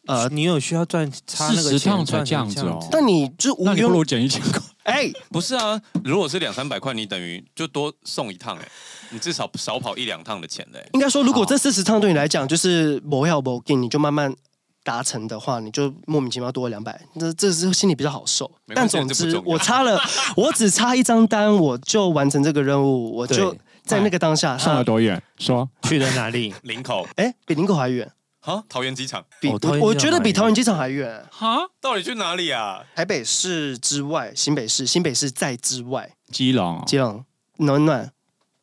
[SPEAKER 2] 呃，
[SPEAKER 4] 你有需要赚差那个
[SPEAKER 1] 40趟
[SPEAKER 4] 钱
[SPEAKER 1] 才
[SPEAKER 4] 赚
[SPEAKER 1] 这样子哦
[SPEAKER 2] 但你就无
[SPEAKER 1] 那你不
[SPEAKER 2] 用
[SPEAKER 1] 如减一千块。
[SPEAKER 2] 哎，
[SPEAKER 3] 不是啊，如果是两三百块，你等于就多送一趟哎、你至少少跑一两趟的钱嘞、
[SPEAKER 2] 应该说，如果这四十趟对你来讲就是某要某进，你就慢慢达成的话，你就莫名其妙多了两百，这这是心里比较好受。
[SPEAKER 3] 没
[SPEAKER 2] 但
[SPEAKER 3] 关系
[SPEAKER 2] 总
[SPEAKER 3] 这不
[SPEAKER 2] 之
[SPEAKER 3] 重，要
[SPEAKER 2] 我差了，我只差一张单，我就完成这个任务，我就
[SPEAKER 4] 对
[SPEAKER 2] 在那个当下，
[SPEAKER 1] 上了
[SPEAKER 2] 他
[SPEAKER 1] 多远？说
[SPEAKER 4] 去了哪里？
[SPEAKER 3] 林口
[SPEAKER 2] 哎，比林口还远，
[SPEAKER 3] 啊，桃园机场
[SPEAKER 2] 比
[SPEAKER 4] 哦桃园
[SPEAKER 2] 我我
[SPEAKER 4] 机场
[SPEAKER 2] 觉得
[SPEAKER 4] 还
[SPEAKER 2] 比
[SPEAKER 4] 远
[SPEAKER 2] 桃园机场还远，
[SPEAKER 1] 哈，
[SPEAKER 3] 到底去哪里啊？
[SPEAKER 2] 台北市之外，新北市，新北市在之外，
[SPEAKER 1] 基隆哦
[SPEAKER 2] 基隆、暖 暖、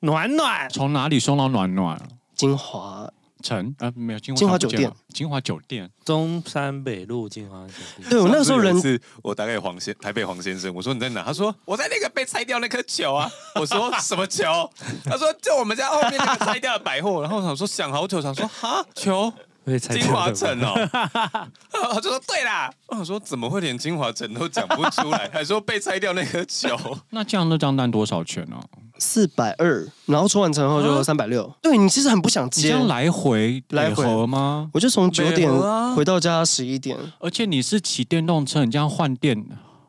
[SPEAKER 4] 暖暖
[SPEAKER 1] 从哪里送到暖暖
[SPEAKER 2] 金华，
[SPEAKER 1] 城？啊，没有金华
[SPEAKER 2] 金华
[SPEAKER 1] 城
[SPEAKER 2] 酒
[SPEAKER 1] 不见
[SPEAKER 2] 店
[SPEAKER 1] 了，金华酒店。
[SPEAKER 4] 中山北路金华酒店。
[SPEAKER 2] 对我那时候人
[SPEAKER 3] 是我打给黄先台北黄先生，我说你在哪？他说我在那个被拆掉那颗球啊。 我说什么球？他说就我们家后面那个拆掉的百货。然后我想说想好久，想说哈球
[SPEAKER 4] 被拆掉
[SPEAKER 3] 金
[SPEAKER 4] 了
[SPEAKER 3] 华
[SPEAKER 4] 吧
[SPEAKER 3] 城哦。他就说对啦。我想说怎么会连金华城都讲不 出来，还说被拆掉那颗球。
[SPEAKER 1] 那这样那张单多少钱呢、啊？
[SPEAKER 2] 四百二，然后出完成后就三百六。对你其实很不想
[SPEAKER 1] 你这
[SPEAKER 2] 接，
[SPEAKER 1] 样来回
[SPEAKER 2] 来回
[SPEAKER 1] 得合吗？
[SPEAKER 2] 我就从九点
[SPEAKER 3] 没有啊
[SPEAKER 2] 回到家十一点。
[SPEAKER 1] 而且你是骑电动车，你这样换电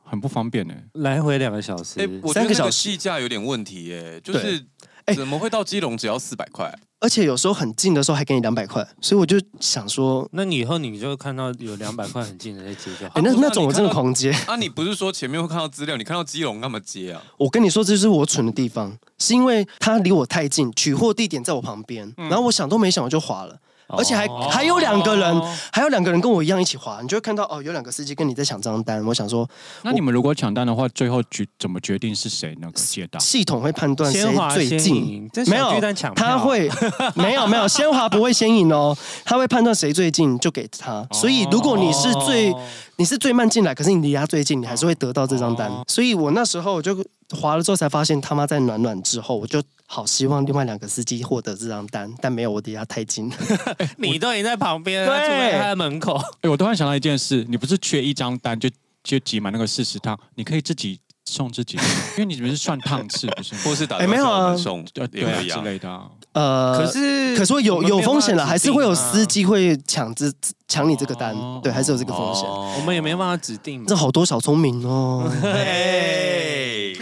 [SPEAKER 1] 很不方便呢、欸
[SPEAKER 4] 来回两个小时
[SPEAKER 3] 哎、，我觉
[SPEAKER 2] 三
[SPEAKER 3] 得
[SPEAKER 2] 个
[SPEAKER 3] 那
[SPEAKER 2] 小
[SPEAKER 3] 个
[SPEAKER 2] 时
[SPEAKER 3] 戏价有点问题耶、就是
[SPEAKER 2] 对哎
[SPEAKER 3] 怎么会到基隆只要四百块？
[SPEAKER 2] 而且有时候很近的时候还给你两百块，所以我就想说，
[SPEAKER 4] 那你以后你就看到有两百块很近的在接就好
[SPEAKER 2] 哎、。那
[SPEAKER 3] 不是啊
[SPEAKER 2] 那种我真的狂接。
[SPEAKER 3] 啊，你不是说前面会看到资料，你看到基隆干嘛接啊？
[SPEAKER 2] 我跟你说，这就是我蠢的地方，是因为它离我太近，取货地点在我旁边，
[SPEAKER 4] 嗯
[SPEAKER 2] 然后我想都没想我就划了，
[SPEAKER 4] 哦
[SPEAKER 2] 而且还还有两个人，还有两个人跟我一样一起划，你就会看到哦，有两个司机跟你在抢账单。我想说，
[SPEAKER 1] 那你们如果抢单的话，最后决怎么决定是谁那个接到？
[SPEAKER 2] 系统会判断谁
[SPEAKER 4] 先滑
[SPEAKER 2] 最
[SPEAKER 4] 先
[SPEAKER 2] 近。
[SPEAKER 4] 赢，这
[SPEAKER 2] 没
[SPEAKER 4] 小
[SPEAKER 2] 有
[SPEAKER 4] 巨蛋抢票
[SPEAKER 2] 他会 没有没有，先滑不会先赢哦，他会判断谁最近就给他。所以如果你是最
[SPEAKER 4] 哦
[SPEAKER 2] 你是最慢进来，可是你离他最近，你还是会得到这张单
[SPEAKER 1] 哦。
[SPEAKER 2] 所以我那时候我就滑了之后才发现他妈在暖暖之后，我就好希望另外两个司机获得这张单，但没有，我离他太近。
[SPEAKER 4] 你都已经在旁边，
[SPEAKER 2] 对
[SPEAKER 4] 他住在他的门口，
[SPEAKER 1] 哎、我突然想到一件事，你不是缺一张单就就挤满那个四十趟，你可以自己送自己， 因为你们是算趟次不是吗？
[SPEAKER 3] 或是打
[SPEAKER 2] 哎没有啊
[SPEAKER 3] 电话叫我们送
[SPEAKER 1] 对
[SPEAKER 3] 也
[SPEAKER 1] 对啊
[SPEAKER 3] 可以
[SPEAKER 1] 之
[SPEAKER 3] 啊。
[SPEAKER 1] 类的、啊。
[SPEAKER 2] 呃，
[SPEAKER 4] 可是
[SPEAKER 2] 可是会有
[SPEAKER 4] 我们没
[SPEAKER 2] 有
[SPEAKER 4] 办法
[SPEAKER 2] 风险了，
[SPEAKER 4] 指
[SPEAKER 2] 还是会有
[SPEAKER 4] 定啊
[SPEAKER 2] 司机会抢这抢你这个单
[SPEAKER 1] 哦，
[SPEAKER 2] 对，还是有这个风险。
[SPEAKER 3] 哦
[SPEAKER 4] 我们也没办法指定嘛，
[SPEAKER 2] 这好多小聪明哦。
[SPEAKER 3] 哎，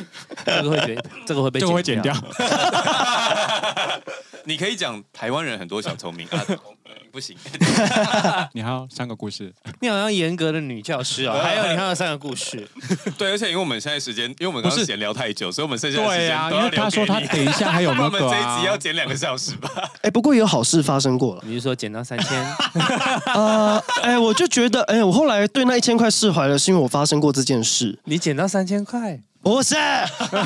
[SPEAKER 4] 这个会被这个会被
[SPEAKER 1] 这个会剪掉，
[SPEAKER 3] 你可以讲台湾人很多小聪明啊， 不行，
[SPEAKER 1] 你还有三个故事，
[SPEAKER 4] 你好像严格的女教师哦，还有你还有三个故事，
[SPEAKER 3] 对，而且因为我们现在时间，因为我们刚
[SPEAKER 1] 不
[SPEAKER 3] 刚
[SPEAKER 1] 是
[SPEAKER 3] 闲聊太久，所以我们剩下的时
[SPEAKER 1] 对
[SPEAKER 3] 间
[SPEAKER 1] 啊，
[SPEAKER 3] 都
[SPEAKER 1] 因
[SPEAKER 3] 要
[SPEAKER 1] 为
[SPEAKER 3] 留
[SPEAKER 1] 他
[SPEAKER 3] 给
[SPEAKER 1] 说他
[SPEAKER 3] 你。
[SPEAKER 1] 等一下还有
[SPEAKER 3] 那
[SPEAKER 1] 那
[SPEAKER 3] 我们
[SPEAKER 1] 个、
[SPEAKER 3] 这
[SPEAKER 1] 啊、
[SPEAKER 3] 一集要剪两个小时吧？
[SPEAKER 2] 哎，不过也有好事发生过 了。
[SPEAKER 4] 你是说减到三千？
[SPEAKER 2] 呃，哎，我就觉得，哎，我后来对那一千块释怀了，是因为我发生过这件事。
[SPEAKER 4] 你减到三千块？
[SPEAKER 2] 不是，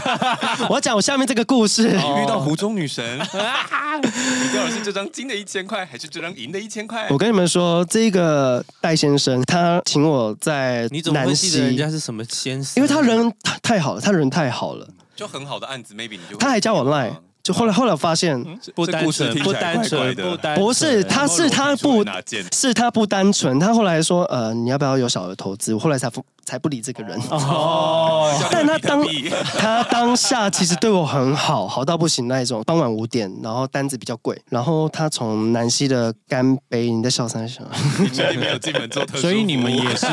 [SPEAKER 2] 我讲我下面这个故事。
[SPEAKER 3] 你遇到湖中 女神，你要的是这张金的一千块，还是这张银的一千块
[SPEAKER 2] 我？跟你们说，这个戴先生他请我在
[SPEAKER 4] 你怎么会
[SPEAKER 2] 南
[SPEAKER 4] 记得人
[SPEAKER 2] 溪
[SPEAKER 4] 家，嗯是什么先生？
[SPEAKER 2] 因为他人他太好了，他人太好了，
[SPEAKER 3] 就很好的案子，maybe 你就会
[SPEAKER 2] 他还加我
[SPEAKER 3] 啊
[SPEAKER 2] line，就
[SPEAKER 4] 嗯
[SPEAKER 2] 后来后来我发现
[SPEAKER 3] 这
[SPEAKER 4] 不
[SPEAKER 3] 这
[SPEAKER 4] 单
[SPEAKER 3] 故事
[SPEAKER 4] 纯，
[SPEAKER 3] 听
[SPEAKER 4] 不
[SPEAKER 3] 起来
[SPEAKER 4] 单
[SPEAKER 3] 怪怪
[SPEAKER 4] 纯，
[SPEAKER 3] 的
[SPEAKER 4] 不单纯，
[SPEAKER 2] 不是，他是他不
[SPEAKER 3] 拿剑，
[SPEAKER 2] 是他不单纯，他后来说呃你要不要有小额投资，我后来才不才不理这个人。
[SPEAKER 4] 哦，
[SPEAKER 2] 但他当
[SPEAKER 3] 比特币
[SPEAKER 2] 他当下其实对我很好，好到不行那一种。傍晚五点，然后单子比较贵，然后他从南溪的干杯，你在笑三小，
[SPEAKER 3] 你确定没有进门做特殊服务？
[SPEAKER 1] 所以你们 也是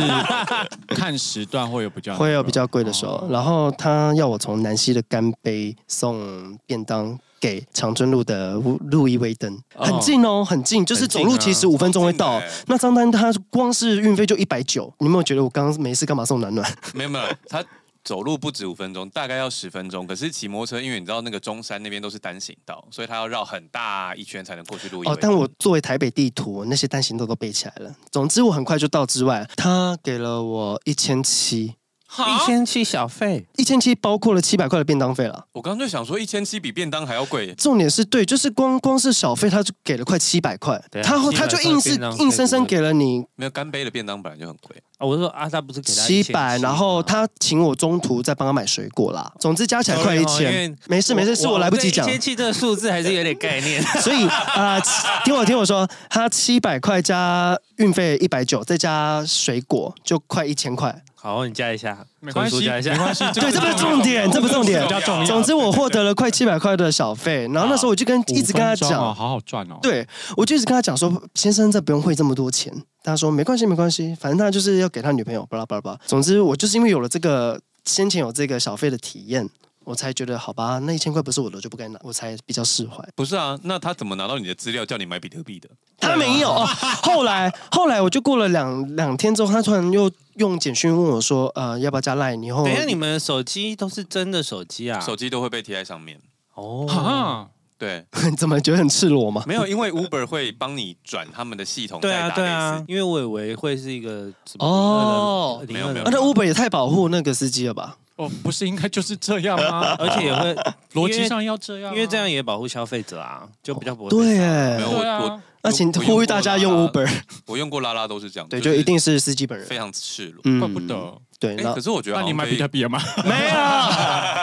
[SPEAKER 1] 看时段会有比较
[SPEAKER 2] 会啊有比较贵的时
[SPEAKER 4] 嗯
[SPEAKER 2] 候。然后他要我从南溪的干杯送便当给长春路的路路易威登，
[SPEAKER 4] 哦
[SPEAKER 2] 很近哦，很近，就是
[SPEAKER 4] 很近
[SPEAKER 2] 走
[SPEAKER 4] 啊
[SPEAKER 2] 路其实五分钟会
[SPEAKER 3] 超
[SPEAKER 2] 到
[SPEAKER 3] 近的欸。
[SPEAKER 2] 那张单他光是运费就一百九，你有没有觉得我刚刚没事干嘛送暖暖？
[SPEAKER 3] 没有没有，他走路不止五分钟，大概要十分钟。可是骑摩托车，因为你知道那个中山那边都是单行道，所以他要绕很大一圈才能过去录音。
[SPEAKER 2] 哦，但我作为台北地图，那些单行道都背起来了。总之我很快就到之外，他给了我一千七，
[SPEAKER 4] 一千七小费，
[SPEAKER 2] 一千七包括了七百块的便当费了。
[SPEAKER 3] 我刚刚就想说，一千七比便当还要贵，
[SPEAKER 2] 重点是对，就是光光是小费，他就给了快七百块，
[SPEAKER 4] 对啊
[SPEAKER 2] 他
[SPEAKER 4] 700
[SPEAKER 2] 他就硬是
[SPEAKER 4] 块便当费
[SPEAKER 2] 硬生生给了你
[SPEAKER 3] 没有干杯的便当本来就很贵。
[SPEAKER 4] 啊，我是说阿萨不是给他
[SPEAKER 2] 七百，
[SPEAKER 4] 1700
[SPEAKER 2] 然后
[SPEAKER 4] 吗
[SPEAKER 2] 他请我中途再帮他买水果啦，总之加起来快一
[SPEAKER 4] Sorry 哦因
[SPEAKER 2] 千
[SPEAKER 4] 为。
[SPEAKER 2] 没事没事，是我来不及讲
[SPEAKER 4] 一。千七这个数字还是有点概念。
[SPEAKER 2] 所以啊、呃七听我听我说，他七百块加运费一百九，再加水果就快一千块。
[SPEAKER 4] 好，你加一下，
[SPEAKER 1] 没关
[SPEAKER 4] 纯
[SPEAKER 1] 系，
[SPEAKER 4] 属加一
[SPEAKER 1] 没关
[SPEAKER 4] 下。
[SPEAKER 1] 系，
[SPEAKER 2] 对，这不是重点，这不是重点
[SPEAKER 1] 比。较重要。
[SPEAKER 2] 总之我获得了快七百块的小费，然后那时候我就跟一直跟他
[SPEAKER 1] 五分钟哦
[SPEAKER 2] 讲，
[SPEAKER 1] 好好赚哦。，
[SPEAKER 2] 对我就一直跟他讲说，先生这不用汇这么多钱。他说没关系没关系，反正他就是要给他女朋友，巴拉巴拉巴拉。总之我就是因为有了这个先前有这个小费的体验。我才觉得好吧，那一千块不是我的，我就不该拿，我才比较释怀。
[SPEAKER 3] 不是啊，那他怎么拿到你的资料叫你买比特币的？
[SPEAKER 2] 他没
[SPEAKER 3] 啊
[SPEAKER 2] 有。哦、后来后来我就过了两两天之后，他突然又用简讯问我说：“呃，要不要加 line？” 以后
[SPEAKER 4] 等一下，你们手机都是真的手机啊？
[SPEAKER 3] 手机都会被贴在上面。
[SPEAKER 4] 哦，
[SPEAKER 1] 啊，
[SPEAKER 3] 对，
[SPEAKER 2] 怎么觉得很赤裸吗？
[SPEAKER 3] 没有，因为 Uber 会帮你转他们的系统
[SPEAKER 4] 对
[SPEAKER 3] 再
[SPEAKER 4] 啊，
[SPEAKER 3] 打
[SPEAKER 4] 对
[SPEAKER 3] 给
[SPEAKER 4] 啊
[SPEAKER 3] 司，机。
[SPEAKER 4] 因为我以为会是一个什么
[SPEAKER 2] 哦
[SPEAKER 4] 零二的
[SPEAKER 3] 没有没有
[SPEAKER 2] 啊，那 Uber 也太保护那个司机了吧？
[SPEAKER 1] 哦，不是应该就是这样吗？
[SPEAKER 4] 而且也会
[SPEAKER 1] 逻辑上要这样啊，
[SPEAKER 4] 因为这样也保护消费者啊，就比较不会被
[SPEAKER 2] 哦对
[SPEAKER 4] 查
[SPEAKER 3] 没有
[SPEAKER 2] 耶，
[SPEAKER 3] 我
[SPEAKER 1] 对
[SPEAKER 3] 我
[SPEAKER 1] 啊，
[SPEAKER 2] 那请呼吁大家用 Uber，
[SPEAKER 3] 我用过拉拉都是这样，
[SPEAKER 2] 对，就一定是司机本
[SPEAKER 3] 非
[SPEAKER 2] 人。
[SPEAKER 3] 常赤裸。
[SPEAKER 2] 嗯
[SPEAKER 1] 怪不得。
[SPEAKER 2] 对，
[SPEAKER 3] 哎、
[SPEAKER 2] 那
[SPEAKER 3] 可是我觉得
[SPEAKER 4] 啊
[SPEAKER 1] 那
[SPEAKER 3] 好像
[SPEAKER 1] 你买
[SPEAKER 3] 可以
[SPEAKER 1] 比特币了 吗？
[SPEAKER 2] 没有，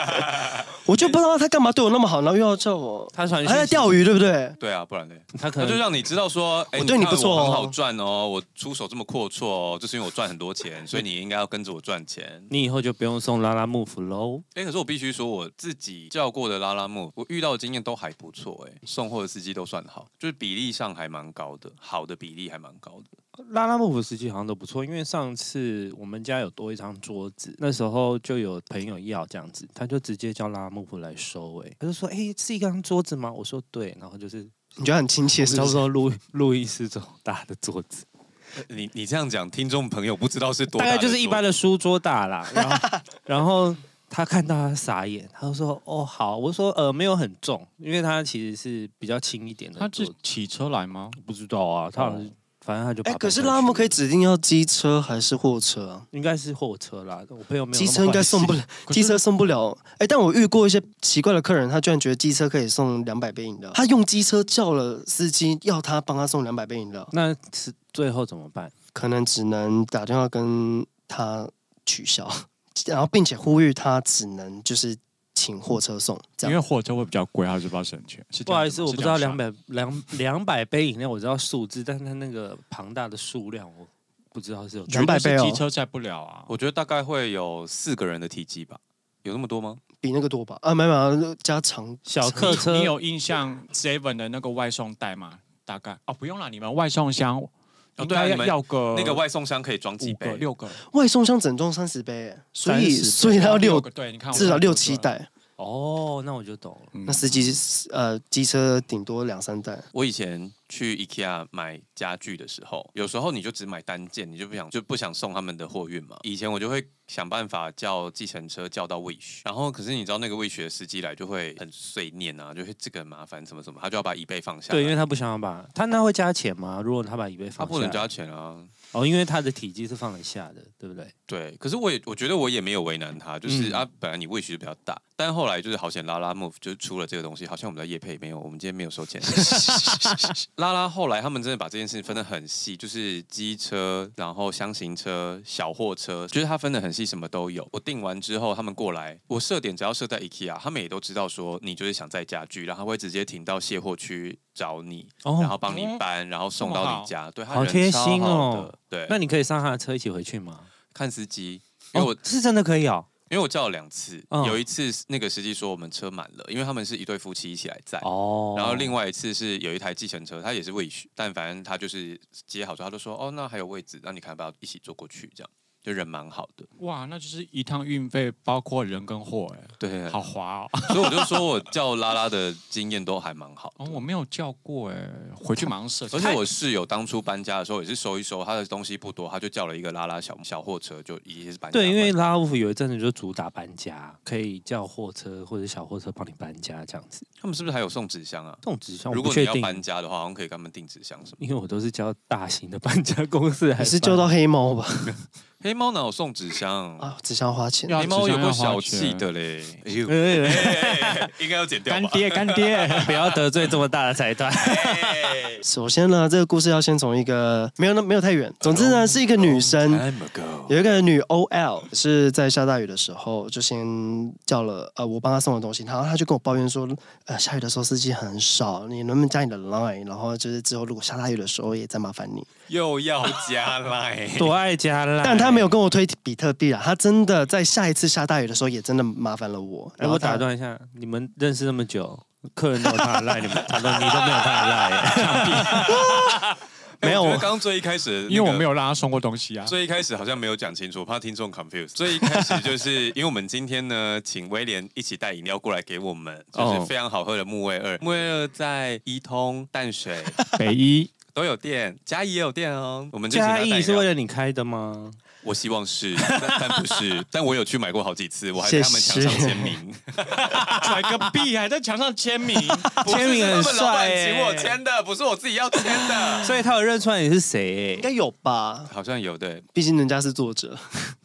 [SPEAKER 2] 我就不知道他干嘛对我那么好，然后又要叫我，
[SPEAKER 4] 他传
[SPEAKER 2] 他在钓
[SPEAKER 4] 鱼，
[SPEAKER 2] 鱼对不对？
[SPEAKER 3] 对啊，不然呢？
[SPEAKER 4] 他可
[SPEAKER 3] 那
[SPEAKER 4] 能
[SPEAKER 3] 就让你知道说，哎、
[SPEAKER 2] 我对你
[SPEAKER 3] 看
[SPEAKER 2] 不错哦
[SPEAKER 3] 我很好赚哦，我出手这么阔绰哦，就是因为我赚很多 钱，所以你应该要跟着我赚钱。
[SPEAKER 4] 你以后就不用送拉拉木斧喽。
[SPEAKER 3] 哎、可是我必须说，我自己叫过的拉拉木，我遇到的经验都还不错，哎，送货的司机都算好，就是比例上还蛮高的，好的比例还蛮高的。
[SPEAKER 4] 拉拉木斧时期好像都不错，因为上次我们家有多一张桌子，那时候就有朋友要这样子，他就直接叫拉拉木斧来收、欸，他就说：“哎、是一张桌子吗？”我说：“对。”然后就是
[SPEAKER 2] 你觉得很亲切是
[SPEAKER 4] 差
[SPEAKER 2] 不
[SPEAKER 4] 不
[SPEAKER 2] 是？
[SPEAKER 4] 多路路易斯这种大的桌子，
[SPEAKER 3] 你你这样讲，听众朋友不知道是多
[SPEAKER 4] 大
[SPEAKER 3] 大
[SPEAKER 4] 概
[SPEAKER 3] 的
[SPEAKER 4] 就是一般的书桌 大啦。然后，然后他看到他傻眼，他就说：“哦，好。”我说：“呃，没有很重，因为它其实是比较轻一点的
[SPEAKER 1] 他
[SPEAKER 4] 桌
[SPEAKER 1] 是
[SPEAKER 4] 子。”
[SPEAKER 1] 骑车来吗？
[SPEAKER 4] 不知道啊，他好像是、反正他就
[SPEAKER 2] 哎，
[SPEAKER 4] 把
[SPEAKER 2] 可是
[SPEAKER 4] 搬下
[SPEAKER 2] 拉姆
[SPEAKER 4] 去
[SPEAKER 2] 可以指定要机车还是货车啊？
[SPEAKER 4] 应该是货车啦，我朋友没有那么
[SPEAKER 2] 机车应该送不
[SPEAKER 4] 坏
[SPEAKER 2] 了，
[SPEAKER 1] 可是
[SPEAKER 2] 机车送不了。哎，但我遇过一些奇怪的客人，他居然觉得机车可以送两百杯饮料，他用机车叫了司机，要他帮他送两百杯饮料，
[SPEAKER 4] 那是最后怎么办？
[SPEAKER 2] 可能只能打电话跟他取消， 然后并且呼吁他只能就是请货车送，这
[SPEAKER 1] 因
[SPEAKER 2] 样
[SPEAKER 1] 为货车会比较贵，他是不知道省钱。是这
[SPEAKER 4] 不
[SPEAKER 1] 样
[SPEAKER 4] 好意
[SPEAKER 1] 子
[SPEAKER 4] 思，
[SPEAKER 1] 吗
[SPEAKER 4] 我不知道两。
[SPEAKER 1] 是
[SPEAKER 4] 百两两百杯饮料，我知道数字，但是它那个庞大的数量，我不知道是有
[SPEAKER 1] 这
[SPEAKER 2] 200
[SPEAKER 1] 样绝对是
[SPEAKER 2] 倍哦
[SPEAKER 1] 机车载不了啊。
[SPEAKER 3] 我觉得大概会有四个人的体积吧，有那么多吗？
[SPEAKER 2] 比那个多吧？啊，没有没有，加长
[SPEAKER 4] 小客车
[SPEAKER 1] 你。有印象 Seven 的那个外送袋吗？大概哦，不用了，你们外送箱应
[SPEAKER 3] 对啊
[SPEAKER 1] 该
[SPEAKER 3] 你们
[SPEAKER 1] 要个
[SPEAKER 3] 那个外送箱可以装几
[SPEAKER 1] 五个
[SPEAKER 3] 杯？
[SPEAKER 1] 六个，
[SPEAKER 2] 外送箱整装三十杯，哎所以
[SPEAKER 4] 30杯
[SPEAKER 2] 所以他要六
[SPEAKER 1] 个，对，你看我
[SPEAKER 2] 至少
[SPEAKER 1] 看
[SPEAKER 2] 六
[SPEAKER 1] 多
[SPEAKER 2] 七
[SPEAKER 1] 个，
[SPEAKER 2] 袋，
[SPEAKER 4] 哦，那我就懂了。
[SPEAKER 1] 嗯
[SPEAKER 2] 那司机是呃机车顶多两三袋。
[SPEAKER 3] 我以前去 IKEA 买家具的时候，有时候你就只买单件，你就不想就不想送他们的货运嘛。以前我就会想办法叫计程车叫到 Wish，然后可是你知道那个 Wish 的司机来就会很碎念啊，就会这个很麻烦什么什么，他就要把椅背放下来。
[SPEAKER 4] 对，因为他不想要把他那会加钱吗？如果他把椅背
[SPEAKER 3] 他
[SPEAKER 4] 放下来，
[SPEAKER 3] 不能加钱啊。
[SPEAKER 4] 哦，因为他的体积是放得下的，对不对？
[SPEAKER 3] 对，可是我也我觉得我也没有为难他，就是、
[SPEAKER 4] 嗯
[SPEAKER 3] 啊，本来你 wish 就比较大，但后来就是好险拉拉 move 就是出了这个东西，好像我们在夜配没有，我们今天没有收钱。 拉拉后来他们真的把这件事情分得很细，就是机车，然后箱型车、小货车，就是他分得很细，什么都有。我订完之后，他们过来，我设点只要设在 IKEA，他们也都知道说你就是想在家具，然后他会直接停到卸货区找你，然后
[SPEAKER 4] 哦，
[SPEAKER 3] 帮你搬，然后送到你家。对，他
[SPEAKER 4] 好
[SPEAKER 3] 人
[SPEAKER 4] 贴
[SPEAKER 3] 超
[SPEAKER 4] 心
[SPEAKER 3] 好
[SPEAKER 4] 哦
[SPEAKER 3] 的。对，
[SPEAKER 4] 那你可以上他的车一起回去吗？
[SPEAKER 3] 看司机。因为我
[SPEAKER 4] 哦是真的可以哦。
[SPEAKER 3] 因为我叫了两次，
[SPEAKER 4] 嗯
[SPEAKER 3] 有一次是那个司机说我们车满了，因为他们是一对夫妻一起来载。
[SPEAKER 4] 哦，
[SPEAKER 3] 哎然后另
[SPEAKER 4] 外
[SPEAKER 3] 外一次是有一台计程车，他也是未许，但反正他就是接好之后，他就说哦，那还有位置，那你看要不要一起坐过去？这样就人蛮好的，
[SPEAKER 1] 哇，那就是一趟运费包括人跟货，哎，
[SPEAKER 3] 对
[SPEAKER 1] 好，划哦。
[SPEAKER 3] 所以我就说我叫拉拉的经验都还蛮好的
[SPEAKER 1] 哦，我没有叫过，哎，回去马上设计。
[SPEAKER 3] 而且我室友当初搬家的时候也是收一收，他的东西不多，他就叫了一个拉拉小小货车，就也是搬家完。
[SPEAKER 4] 对，因为拉拉木有一阵子就主打搬家，可以叫货车或者小货车帮你搬家这样子。
[SPEAKER 3] 他们是不是还有送纸箱啊？
[SPEAKER 4] 这种纸箱我
[SPEAKER 3] 如
[SPEAKER 4] 不
[SPEAKER 3] 果你
[SPEAKER 4] 确
[SPEAKER 3] 要
[SPEAKER 4] 定，
[SPEAKER 3] 搬家的话，好像可以给他们订纸箱什么的。
[SPEAKER 4] 因为我都是叫大型的搬家公司来搬，
[SPEAKER 2] 你是救到黑猫吧？
[SPEAKER 3] 黑猫哪有送纸箱？
[SPEAKER 2] 啊，只想花钱。
[SPEAKER 1] 要
[SPEAKER 3] 黑猫有够
[SPEAKER 1] 纸箱要
[SPEAKER 3] 小
[SPEAKER 1] 花
[SPEAKER 3] 气
[SPEAKER 1] 钱
[SPEAKER 3] 的嘞，哎呦， 应该要剪掉
[SPEAKER 1] 干
[SPEAKER 3] 吧？
[SPEAKER 1] 爹干 爹，
[SPEAKER 4] 不要得罪这么大的财团。
[SPEAKER 2] 首先呢，这个故事要先从一个没有那没有太远，总之呢是一个女生，
[SPEAKER 3] Time ago
[SPEAKER 2] 有一个女 OL 是在下大雨的时候，就先叫了呃我帮她送的东西，然后她就跟我抱怨说，呃下雨的时候司机很少，你能不能加你的 line？然后就是之后如果下大雨的时候也再麻烦你。
[SPEAKER 3] 又要加 哎来，
[SPEAKER 4] 多爱加啦！
[SPEAKER 1] 哎
[SPEAKER 2] 但她没有跟我推比特币啊，她真的在下一次下大雨的时候也真的麻烦了我。
[SPEAKER 4] 哎，
[SPEAKER 2] 然后
[SPEAKER 4] 我
[SPEAKER 2] 她
[SPEAKER 4] 打断一下，你们认识那么久，客人都有他的赖，你们他都你都没有他的 赖，
[SPEAKER 3] 哎
[SPEAKER 2] 没有
[SPEAKER 3] 我觉
[SPEAKER 2] 我
[SPEAKER 3] 得刚刚最一开始，
[SPEAKER 1] 哎因为我没
[SPEAKER 3] 有。
[SPEAKER 1] 有让他送过东西啊。
[SPEAKER 3] 最一开始好像没有讲清楚，怕听众 confuse。最一开始就是 因为我们今天呢，请威廉一起带饮料过来给我们，就是
[SPEAKER 4] 哦
[SPEAKER 3] 非常好喝的木卫二。木卫二在一通、淡水
[SPEAKER 1] 北一
[SPEAKER 3] 都有店，嘉义也有店哦。我们就请他
[SPEAKER 4] 嘉
[SPEAKER 3] 带饮料
[SPEAKER 4] 义是为了你开的吗？
[SPEAKER 3] 我希望是，但但不 是，但我有去买过好几次，我还在他们墙上
[SPEAKER 2] 谢谢
[SPEAKER 3] 签名，
[SPEAKER 1] 甩个屁，还在墙上签名，
[SPEAKER 4] 签名很
[SPEAKER 3] 不是他们老
[SPEAKER 4] 帅
[SPEAKER 3] 板
[SPEAKER 4] 耶
[SPEAKER 3] 请我签的，不是我自己要签 的。
[SPEAKER 4] 所以他有认出来你是谁
[SPEAKER 2] 应？该有吧，
[SPEAKER 3] 好像有对，
[SPEAKER 2] 毕竟人家是作者。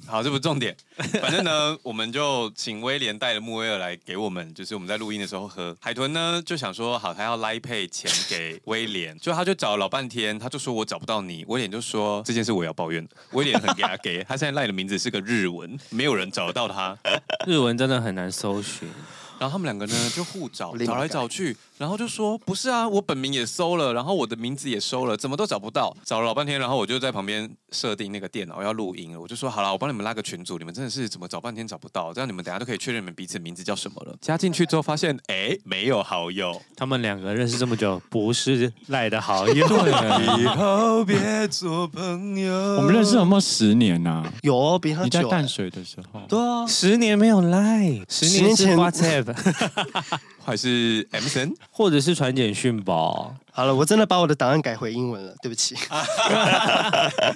[SPEAKER 3] 好，这不是重点。反正呢，我们就请威廉带了穆威尔来给我们，就是我们在录音的时候喝。海豚呢就想说，好，他要拉配钱给威廉，就他就找了老半天，他就说我找不到你。威廉就说这件事我要抱怨。威廉很给他给，他现在赖的名字是个日文，没有人找得到他。
[SPEAKER 4] 日文真的很难搜寻，
[SPEAKER 3] 然后他们两个呢就互找，
[SPEAKER 2] 立马
[SPEAKER 3] 找来找去，然后就说不是啊，我本名也搜了，然后我的名字也搜了，怎么都找不到，找了老半天，然后我就在旁边设定那个电脑要录音了，我就说好了，我帮你们拉个群组，你们真的是怎么找半天找不到，这样你们等下都可以确认你们彼此名字叫什么了。加进去之后发现，哎，没有好 友，
[SPEAKER 4] 他们两个认识这么久，不是赖的好 友。
[SPEAKER 3] 以
[SPEAKER 4] 啊
[SPEAKER 3] 后别做朋友。
[SPEAKER 1] 我们认识有没有十年呐、啊？
[SPEAKER 2] 有哦，比他
[SPEAKER 1] 你在
[SPEAKER 2] 久欸。
[SPEAKER 1] 淡水的时候，
[SPEAKER 2] 对啊，
[SPEAKER 4] 十年没有赖，十
[SPEAKER 2] 十
[SPEAKER 4] 年
[SPEAKER 2] 年
[SPEAKER 4] 是
[SPEAKER 2] 前
[SPEAKER 4] WhatsApp
[SPEAKER 3] 还是 M s n
[SPEAKER 4] 或者是传简讯 吧。
[SPEAKER 2] 好了，我真的把我的档案改回英文了，对不 起。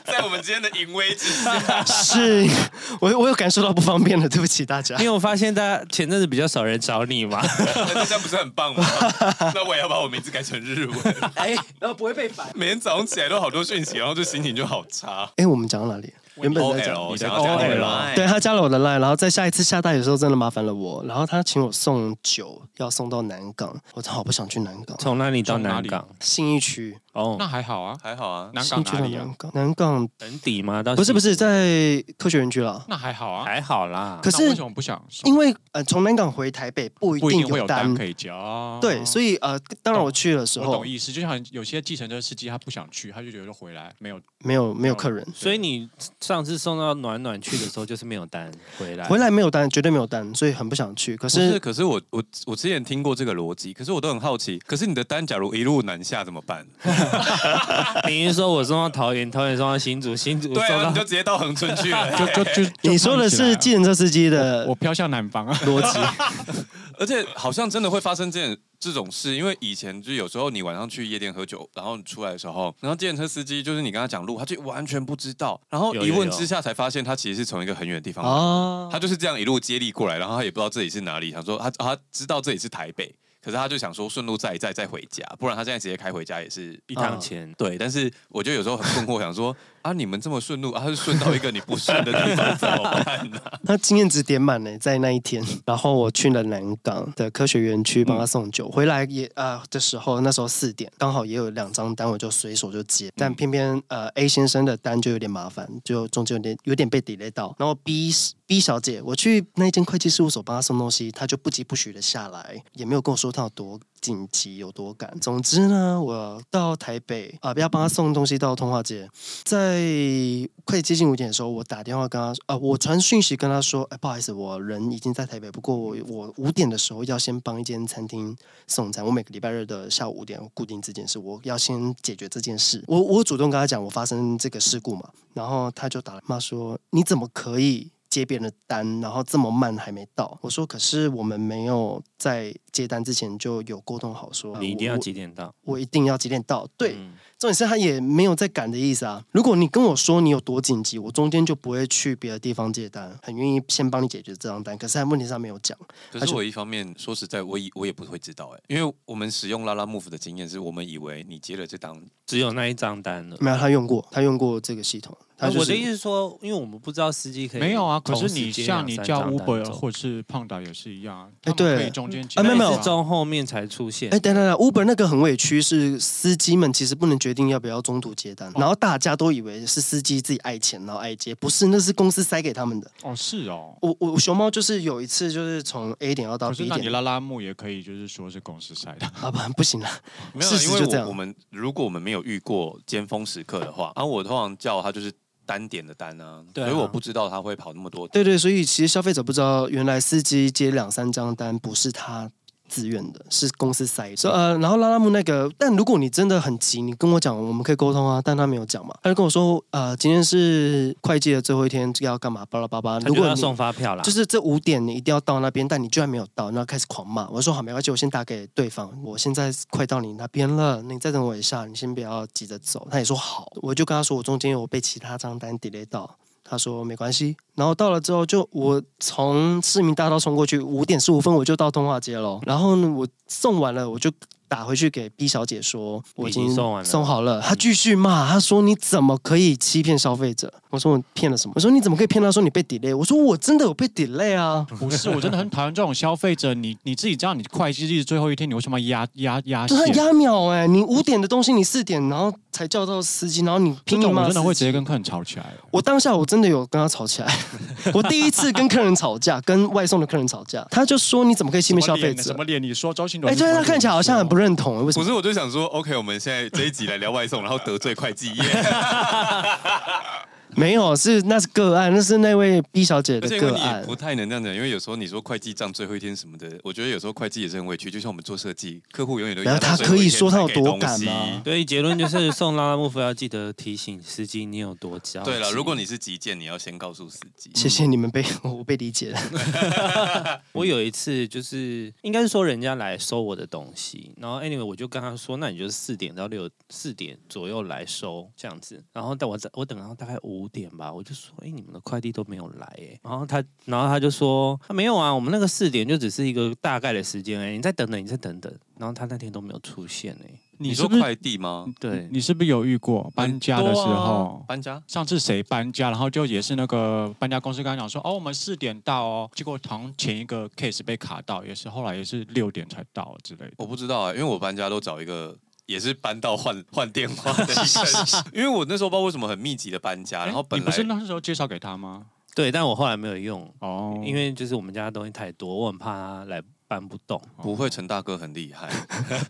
[SPEAKER 3] 在我们今天的淫威之下，
[SPEAKER 2] 是我我有感受到不方便了，对不起大家
[SPEAKER 4] 你。有发现大家前阵子比较少人找你吗？
[SPEAKER 3] 那这样不是很棒吗？ 那我也要把我名字改成日文。
[SPEAKER 2] 哎，然后不会被反。
[SPEAKER 3] 每天早上起来都好多讯息，然后就心情就好差。
[SPEAKER 2] 哎，我们讲到哪里？原本在讲。
[SPEAKER 3] OL
[SPEAKER 1] 你的
[SPEAKER 3] 想要加
[SPEAKER 1] OL
[SPEAKER 2] 对他加了我的 line，然后在下一次下大雨的时候真的麻烦了我，然后他请我送酒，要送到南港，我真的好不想去南港，
[SPEAKER 4] 从哪里到
[SPEAKER 1] 从哪
[SPEAKER 4] 南
[SPEAKER 1] 里
[SPEAKER 4] 港？
[SPEAKER 2] 信义区，
[SPEAKER 4] 哦，
[SPEAKER 1] 那还好啊。
[SPEAKER 3] 还好啊。
[SPEAKER 1] 南
[SPEAKER 2] 信
[SPEAKER 1] 港
[SPEAKER 2] 义区
[SPEAKER 1] 哪
[SPEAKER 2] 到
[SPEAKER 1] 里啊
[SPEAKER 2] 南？港，南港
[SPEAKER 4] 等底吗？到
[SPEAKER 2] 不是不是在科学园区啦，
[SPEAKER 1] 那还好啊。
[SPEAKER 4] 还好啦。
[SPEAKER 2] 可
[SPEAKER 1] 那
[SPEAKER 2] 是
[SPEAKER 1] 为什么不想送？
[SPEAKER 2] 因为呃从南港回台北不一
[SPEAKER 1] 不一
[SPEAKER 2] 定
[SPEAKER 1] 定会有
[SPEAKER 2] 单
[SPEAKER 1] 单，可以交。哦
[SPEAKER 2] 对，所以呃当然我去的时
[SPEAKER 1] 我
[SPEAKER 2] 候
[SPEAKER 1] 懂意思，就像有些计程车司机他不想去，他就觉得回来没有
[SPEAKER 2] 没有没有客人，
[SPEAKER 4] 所以你上次送到暖暖去的时候，就是没有单回来。
[SPEAKER 2] 回来没有单，绝对没有单，所以很不想去，可
[SPEAKER 3] 不是，
[SPEAKER 2] 是
[SPEAKER 3] 可是我我我之前听过这个逻辑，可是我都很好奇。可是你的单假如一路南下怎么办？
[SPEAKER 4] 你是说我送到桃园，桃园送到新竹，新竹
[SPEAKER 3] 对
[SPEAKER 4] 送
[SPEAKER 3] 啊，
[SPEAKER 4] 到
[SPEAKER 3] 你就直接到恒春去了。
[SPEAKER 1] 就就就
[SPEAKER 2] 你说的是计程车司机
[SPEAKER 1] 我
[SPEAKER 2] 的
[SPEAKER 1] 飘向南方啊，
[SPEAKER 2] 逻辑，
[SPEAKER 3] 而且好像真的会发生这种这种事，因为以前就有时候你晚上去夜店喝酒，然后你出来的时候，然后计程车司机就是你跟他讲路，他就完全不知道，然后
[SPEAKER 4] 有
[SPEAKER 3] 一
[SPEAKER 4] 有
[SPEAKER 3] 问
[SPEAKER 4] 有
[SPEAKER 3] 之下才发现他其实是从一个很远的地方来的
[SPEAKER 2] 哦
[SPEAKER 3] 他就是这样一路接力过来，然后他也不知道这里是哪里，想说他他知道这里是台北，可是他就想说顺路载一载再回家，不然他现在直接开回家也是
[SPEAKER 4] 一趟钱。
[SPEAKER 3] 对。但是我就有时候很困惑，想说 啊，你们这么顺路，啊，他是顺到一个你不顺的地方怎么办呢、
[SPEAKER 2] 他经验值点满呢，在那一天。然后我去了南港的科学园区帮他送酒，回来也呃的时候，那时候四点，刚好也有两张单，我就随手就接。但偏偏呃 A 先生的单就有点麻烦，就中间有点有点被 delay 到。然后 B B 小姐，我去那间会计事务所帮她送东西，她就不疾不徐的下来，也没有跟我说她有多紧急有多赶。总之呢，我到台北啊、呃要帮她送东西到通化街，在快接近五点的时候，我打电话跟他，啊，我传讯息跟他说，哎、不好意思，我人已经在台北，不过我我五点的时候要先帮一间餐厅送餐，我每个礼拜日的下午五点固定这件事，我要先解决这件事。我我主动跟他讲我发生这个事故嘛，然后他就打来骂说，你怎么可以？接别人的单，然后这么慢还没到。我说，可是我们没有在接单之前就有沟通好说，
[SPEAKER 4] 你一
[SPEAKER 2] 嗯
[SPEAKER 4] 定
[SPEAKER 2] 我
[SPEAKER 4] 要几点到？
[SPEAKER 2] 我，我一定要几点到。对，
[SPEAKER 4] 嗯
[SPEAKER 2] 重点是他也没有在赶的意思啊。如果你跟我说你有多紧急，我中间就不会去别的地方接单，很愿意先帮你解决这张单。可是他问题上没有讲，
[SPEAKER 3] 可是我一方面说实在，我以我也不会知道哎、因为我们使用拉拉 move 的经验是我们以为你接了这档，
[SPEAKER 4] 只有那一张单了。
[SPEAKER 2] 没有他用过，他用过这个系统。嗯他就
[SPEAKER 4] 我的
[SPEAKER 2] 是
[SPEAKER 4] 意思是说，因为我们不知道司机可以
[SPEAKER 1] 没有啊，可是
[SPEAKER 4] 同时
[SPEAKER 1] 你
[SPEAKER 4] 接
[SPEAKER 1] 像
[SPEAKER 4] 两
[SPEAKER 1] 你
[SPEAKER 4] 三
[SPEAKER 1] 叫
[SPEAKER 4] 张单
[SPEAKER 1] Uber
[SPEAKER 4] 走
[SPEAKER 1] 或是胖达也是一样啊，
[SPEAKER 2] 哎
[SPEAKER 1] 他们可
[SPEAKER 2] 对
[SPEAKER 1] 以中间
[SPEAKER 2] 啊没有没
[SPEAKER 1] 接
[SPEAKER 2] 有
[SPEAKER 1] 单
[SPEAKER 4] 是中后面才出现。
[SPEAKER 2] 哎，等等等，Uber 那个很委屈，是司机们其实不能决定要不要中途接单，然后大家都以为是司机自己爱钱，然后爱接，不是，那是公司塞给他们的。
[SPEAKER 1] 哦是哦，
[SPEAKER 2] 我我我熊猫就是有一次就是从 A 点要到
[SPEAKER 1] 可是
[SPEAKER 2] B
[SPEAKER 1] 那你
[SPEAKER 2] 点，
[SPEAKER 1] 拉拉木也可以，就是说是公司 塞的，
[SPEAKER 2] 啊不不行了，
[SPEAKER 3] 没有
[SPEAKER 2] 事
[SPEAKER 3] 啊，
[SPEAKER 2] 实
[SPEAKER 3] 因为
[SPEAKER 2] 就这样
[SPEAKER 3] 我我们如果我们没有遇过尖峰时刻的话，啊，我通常叫他就是单点的单啊，
[SPEAKER 4] 对啊
[SPEAKER 3] 所以我不知道他会跑那么多。
[SPEAKER 2] 对对，所以其实消费者不知道，原来司机接两三张单不是他自愿的，是公司塞的。所以呃，然后拉拉木那个，但如果你真的很急，你跟我讲，我们可以沟通啊。但他没有讲嘛，他就跟我说，呃，今天是会计的最后一天，要干嘛？巴拉巴拉。
[SPEAKER 4] 他
[SPEAKER 2] 如
[SPEAKER 4] 就
[SPEAKER 2] 果
[SPEAKER 4] 要
[SPEAKER 2] 你
[SPEAKER 4] 送发票啦，
[SPEAKER 2] 就是这五点你一定要到那边，但你居然没有到，然后开始狂骂。我说好，没关系，我先打给对方，我现在快到你那边了，你再等我一下，你先不要急着走。他也说好，我就跟他说我中间有被其他张单 delay 到。他说没关系，然后到了之后就我从市民大道冲过去，五点十五分我就到通化街了。然后呢，我送完了，我就打回去给 B 小姐说我已
[SPEAKER 4] 你已
[SPEAKER 2] 经
[SPEAKER 4] 经送完了
[SPEAKER 2] 送好了。她继续骂，她说你怎么可以欺骗消费者？我说我骗了什么？我说你怎么可以骗他说你被 delay？我说我真的有被 delay 啊。
[SPEAKER 1] 不是，我真的很讨厌这种消费者，你你自己知道你会计日最后一天，你为什么要压压压
[SPEAKER 2] 对啊，
[SPEAKER 1] 线？
[SPEAKER 2] 压秒哎、你五点的东西，你四点，然后才叫到司机，然后你
[SPEAKER 1] 这
[SPEAKER 2] 拼命
[SPEAKER 1] 种
[SPEAKER 2] 骂
[SPEAKER 1] 我真的会
[SPEAKER 2] 司
[SPEAKER 1] 直
[SPEAKER 2] 机
[SPEAKER 1] 接跟客人吵起来。
[SPEAKER 2] 我当下我真的有跟他吵起来， 我第一次跟客人吵架，跟外送的客人吵架，他就说你怎么可以欺骗消费者
[SPEAKER 1] 什？么脸？你说周星驰？
[SPEAKER 2] 哎、对他看起来好像很不认同，为什么？
[SPEAKER 3] 不是，我就想说，OK，我们现在这一集来聊外送，然后得罪 会计业，
[SPEAKER 2] 没有，是那是个案，那是那位 B 小姐
[SPEAKER 3] 而
[SPEAKER 2] 的
[SPEAKER 3] 且因嗯为
[SPEAKER 2] 个
[SPEAKER 3] 你也
[SPEAKER 2] 案。
[SPEAKER 3] 不太能这样讲，因为有时候你说会计账最后一天什么的，我觉得有时候会计也是很委屈，就像我们做设计，客户永远都
[SPEAKER 2] 然后
[SPEAKER 3] 压到
[SPEAKER 2] 他
[SPEAKER 3] 最后
[SPEAKER 2] 可
[SPEAKER 3] 一
[SPEAKER 2] 以
[SPEAKER 3] 天
[SPEAKER 2] 说他有
[SPEAKER 3] 才给
[SPEAKER 2] 多赶啊
[SPEAKER 3] 东西
[SPEAKER 2] 吗？
[SPEAKER 4] 所以结论就是送拉拉木夫要记得提醒司机你有多焦急。
[SPEAKER 3] 对了，如果你是急件，你要先告诉司机。
[SPEAKER 2] 谢谢你们被 我被理解了。
[SPEAKER 1] 嗯
[SPEAKER 4] 我有一次就是应该是说人家来收我的东西，然后 anyway 我就跟他说，那你就四点到六四点左右来收这样子。然后但我我等到大概五点吧，我就说，哎、你们的快递都没有来哎、然后他然后他就说、啊、没有啊，我们那个四点就只是一个大概的时间哎、你再等等，你再等等。然后他那天都没有出现哎、
[SPEAKER 1] 你
[SPEAKER 3] 说
[SPEAKER 1] 是不是
[SPEAKER 3] 快递吗？
[SPEAKER 4] 对，
[SPEAKER 1] 嗯你是不是有遇过搬家的时
[SPEAKER 3] 很多
[SPEAKER 1] 候
[SPEAKER 3] 啊？搬家
[SPEAKER 1] 上次谁搬家，然后就也是那个搬家公司跟他讲说，哦，我们四点到哦，结果好像前一个 case 被卡到，也是后来也是六点才到之类的。
[SPEAKER 3] 我不知道啊、因为我搬家都找一个。也是搬到换换电话 的医生，因为我那时候不知道为什么很密集的搬家，然后
[SPEAKER 1] 哎
[SPEAKER 3] 本
[SPEAKER 1] 你不
[SPEAKER 3] 来
[SPEAKER 1] 是那时候介绍给他吗？
[SPEAKER 4] 对，但我后来没有用，
[SPEAKER 1] 哦，
[SPEAKER 4] 因为就是我们家的东西太多，我很怕他来搬不动。
[SPEAKER 3] 不会陈大哥很厉害，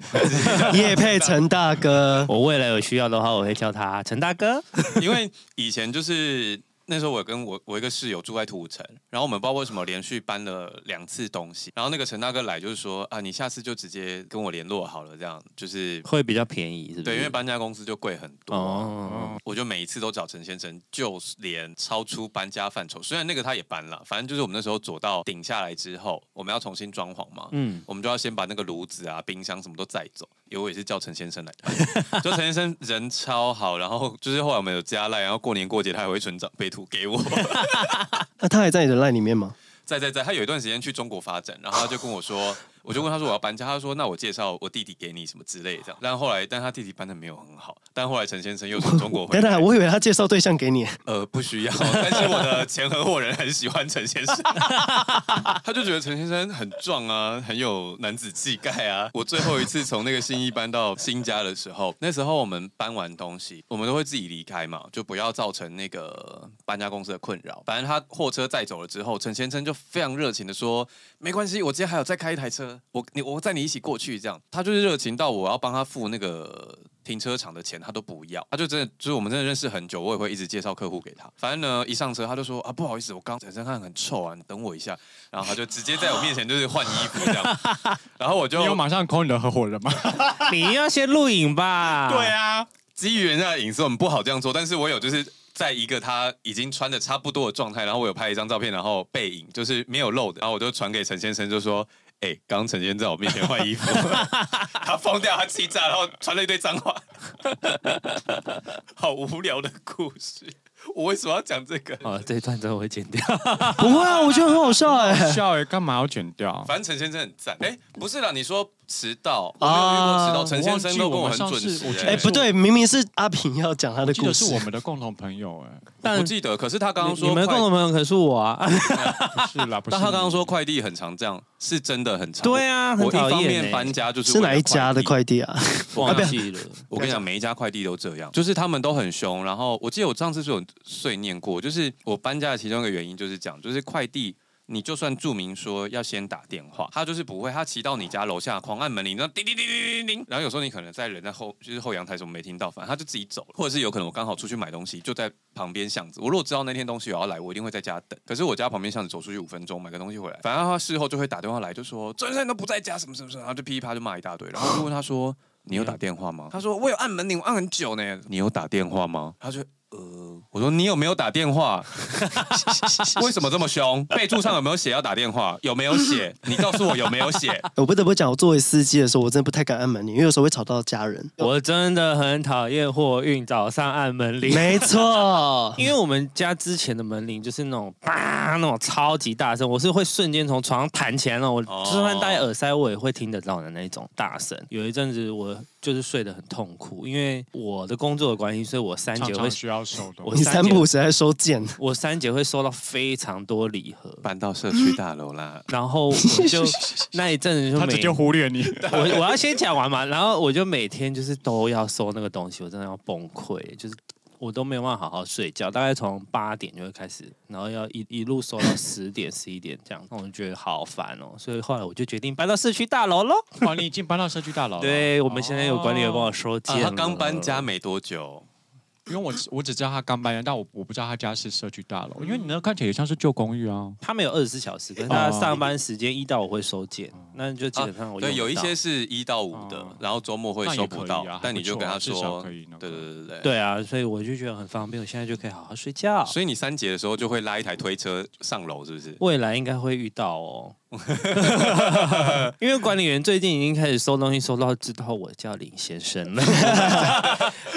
[SPEAKER 2] 叶佩成大哥，
[SPEAKER 4] 我未来有需要的话，我会叫他陈大哥。
[SPEAKER 3] 因为以前就是那时候我跟我我一个室友住在土城，然后我们不知道为什么连续搬了两次东西，然后那个陈大哥来就是说啊，你下次就直接跟我联络好了，这样 就是
[SPEAKER 4] 会比较便宜，是不是？
[SPEAKER 3] 对，因为搬家公司就贵很多啊、
[SPEAKER 4] 哦，
[SPEAKER 3] 我就每一次都找陈先生，就连超出搬家范畴，虽然那个他也搬了，反正就是我们那时候左到顶下来之后，我们要重新装潢嘛，
[SPEAKER 4] 嗯，
[SPEAKER 3] 我们就要先把那个炉子啊、冰箱什么都载走，因为我也是叫陈先生来搬，就陈先生人超好，然后就是后来我们有加赖，然后过年过节他还会存长辈图给我，
[SPEAKER 2] 那、他还在你的 line 里面吗？
[SPEAKER 3] 在在在，他有一段时间去中国发展，然后他就跟我说。我就问他说我要搬家，他说那我介绍我弟弟给你什么之类的这样。但后来，但他弟弟搬的没有很好。但后来陈先生又从中国回
[SPEAKER 2] 等
[SPEAKER 3] 来，
[SPEAKER 2] 等，我以为他介绍对象给你。
[SPEAKER 3] 呃，不需要，但是我的前合伙人很喜欢陈先生，他就觉得陈先生很壮啊，很有男子气概啊。我最后一次从那个新一搬到新家的时候，那时候我们搬完东西，我们都会自己离开嘛，就不要造成那个搬家公司的困扰。反正他货车载走了之后，陈先生就非常热情的说：“没关系，我今天还有再开一台车，我你我载你一起过去。”这样，他就是热情到我要帮他付那个停车场的钱，他都不要，他就真的就是我们真的认识很久，我也会一直介绍客户给他。反正呢，一上车他就说啊，不好意思，我刚整身汗很臭啊，你等我一下。然后他就直接在我面前就是换衣服这 样，然后我就
[SPEAKER 1] 你有马上 call 你的合伙 人吗？
[SPEAKER 4] 哦你要先录影吧？
[SPEAKER 3] 对，啊，基于人家的隐私，我们不好这样做，但是我有就是。在一个他已经穿的差不多的状态，然后我有拍一张照片，然后背影就是没有露的，然后我就传给陈先生，就说：“哎、刚刚陈先在我面前换衣服， 他疯掉，他气炸，然后传了一堆脏话，好无聊的故事。我为什么要讲这个？
[SPEAKER 4] 哦，这一段之后我会剪掉。
[SPEAKER 2] 不会啊，我觉得很好笑哎、
[SPEAKER 1] 笑哎、干嘛要剪掉？
[SPEAKER 3] 反正陈先生很赞。哎、不是啦，你说迟到，哦我没有遇过迟到，
[SPEAKER 2] 啊
[SPEAKER 3] 陈先生都跟
[SPEAKER 1] 我忘
[SPEAKER 3] 很
[SPEAKER 1] 记我
[SPEAKER 3] 准
[SPEAKER 1] 们上次
[SPEAKER 3] 时、
[SPEAKER 1] 我觉得
[SPEAKER 2] 哎、
[SPEAKER 3] 哎
[SPEAKER 1] 是
[SPEAKER 2] 不对，明明是阿平要讲他的
[SPEAKER 1] 记
[SPEAKER 2] 故
[SPEAKER 1] 得是
[SPEAKER 2] 事
[SPEAKER 1] 我，们的共同朋友哎、
[SPEAKER 3] 我不记得，可是他刚刚
[SPEAKER 4] 你
[SPEAKER 3] 说
[SPEAKER 4] 你们
[SPEAKER 3] 快
[SPEAKER 4] 共同朋友可是我 啊，
[SPEAKER 1] 不是啦，不是
[SPEAKER 3] 但
[SPEAKER 1] 你。
[SPEAKER 3] 他刚刚说快递很常这样，是真的很常。
[SPEAKER 4] 对啊，很
[SPEAKER 3] 我一
[SPEAKER 4] 讨
[SPEAKER 3] 方面
[SPEAKER 4] 厌欸
[SPEAKER 3] 搬。家就是
[SPEAKER 2] 是
[SPEAKER 3] 为了
[SPEAKER 2] 哪一家的
[SPEAKER 3] 递？
[SPEAKER 2] 快递啊？
[SPEAKER 4] 忘记了，
[SPEAKER 3] 我跟你讲，每一家快递都这样，就是他们都很凶。然后我记得我上次是有碎念过，就是我搬家的其中一个原因就是讲，就是快递。你就算注明说要先打电话，他就是不会，他骑到你家楼下狂按门铃，然后叮叮叮叮叮叮叮，然后有时候你可能在人在后就是后阳台什么没听到，反正他就自己走了，或者是有可能我刚好出去买东西，就在旁边巷子。我如果知道那天东西有要来，我一定会在家等。可是我家旁边巷子走出去五分钟买个东西回来，反正他事后就会打电话来，就说昨天都不在家，什么什么什么，然后就噼里啪啦就骂一大堆，然后我就问他说你有打电话嗯吗？他说我有按门铃，我按很久呢。你有打电话吗？他就呃，我说你有没有打电话？ 为什么这么凶？备注上有没有写要打电话？有没有写？你告诉我有没有写？
[SPEAKER 2] 我不得不讲，我作为司机的时候，我真的不太敢按门铃，因为有时候会吵到家人。
[SPEAKER 4] 我真的很讨厌货运早上按门铃。
[SPEAKER 2] 没错，
[SPEAKER 4] 因为我们家之前的门铃就是那种叭那种超级大声，我是会瞬间从床上弹起来那种，我
[SPEAKER 3] 哦
[SPEAKER 4] 就算戴耳塞我也会听得到的那种大声。有一阵子我就是睡得很痛苦，因为我的工作的关系，所以我三
[SPEAKER 1] 常
[SPEAKER 4] 节会
[SPEAKER 1] 常需要收的，
[SPEAKER 4] 我
[SPEAKER 2] 你三不五时还收件，
[SPEAKER 4] 我三节会收到非常多礼盒，
[SPEAKER 3] 搬到社区大楼啦。
[SPEAKER 4] 然后我就那一阵子就
[SPEAKER 1] 他
[SPEAKER 4] 每
[SPEAKER 1] 直接忽略 你。
[SPEAKER 4] 我我要先讲完嘛，然后我就每天就是都要收那个东西，我真的要崩溃，就是我都没有办法好好睡觉，大概从八点就会开始，然后要一一路收到十点十一点这样，那我就觉得好烦哦，所以后来我就决定搬到市区大楼喽。
[SPEAKER 1] 哦，你已经搬到社区大楼了。
[SPEAKER 4] 对我们现在有管理员帮我收件、
[SPEAKER 3] 啊、他刚搬家，没多久，
[SPEAKER 1] 因为我只我只知道他刚搬家，但我我不知道他家是社区大楼，因为你那看起来也像是旧公寓啊。
[SPEAKER 4] 他们有二十四小时，可是他上班时间一到我会收件，那就基本上我用不到、
[SPEAKER 3] 啊对，有一些是一到五的
[SPEAKER 1] 哦，
[SPEAKER 3] 然后周末会
[SPEAKER 1] 那也
[SPEAKER 3] 收不
[SPEAKER 1] 可以
[SPEAKER 3] 到，
[SPEAKER 1] 啊
[SPEAKER 3] 但你就跟他
[SPEAKER 1] 还不错啊至少
[SPEAKER 3] 说，
[SPEAKER 1] 可以那个
[SPEAKER 3] 对对对对。
[SPEAKER 4] 对啊，所以我就觉得很方便，我现在就可以好好睡觉。
[SPEAKER 3] 所以你三节的时候就会拉一台推车上楼，是不是？
[SPEAKER 4] 未来应该会遇到哦， 因为管理员最近已经开始收东西，收到知道我叫林先生了。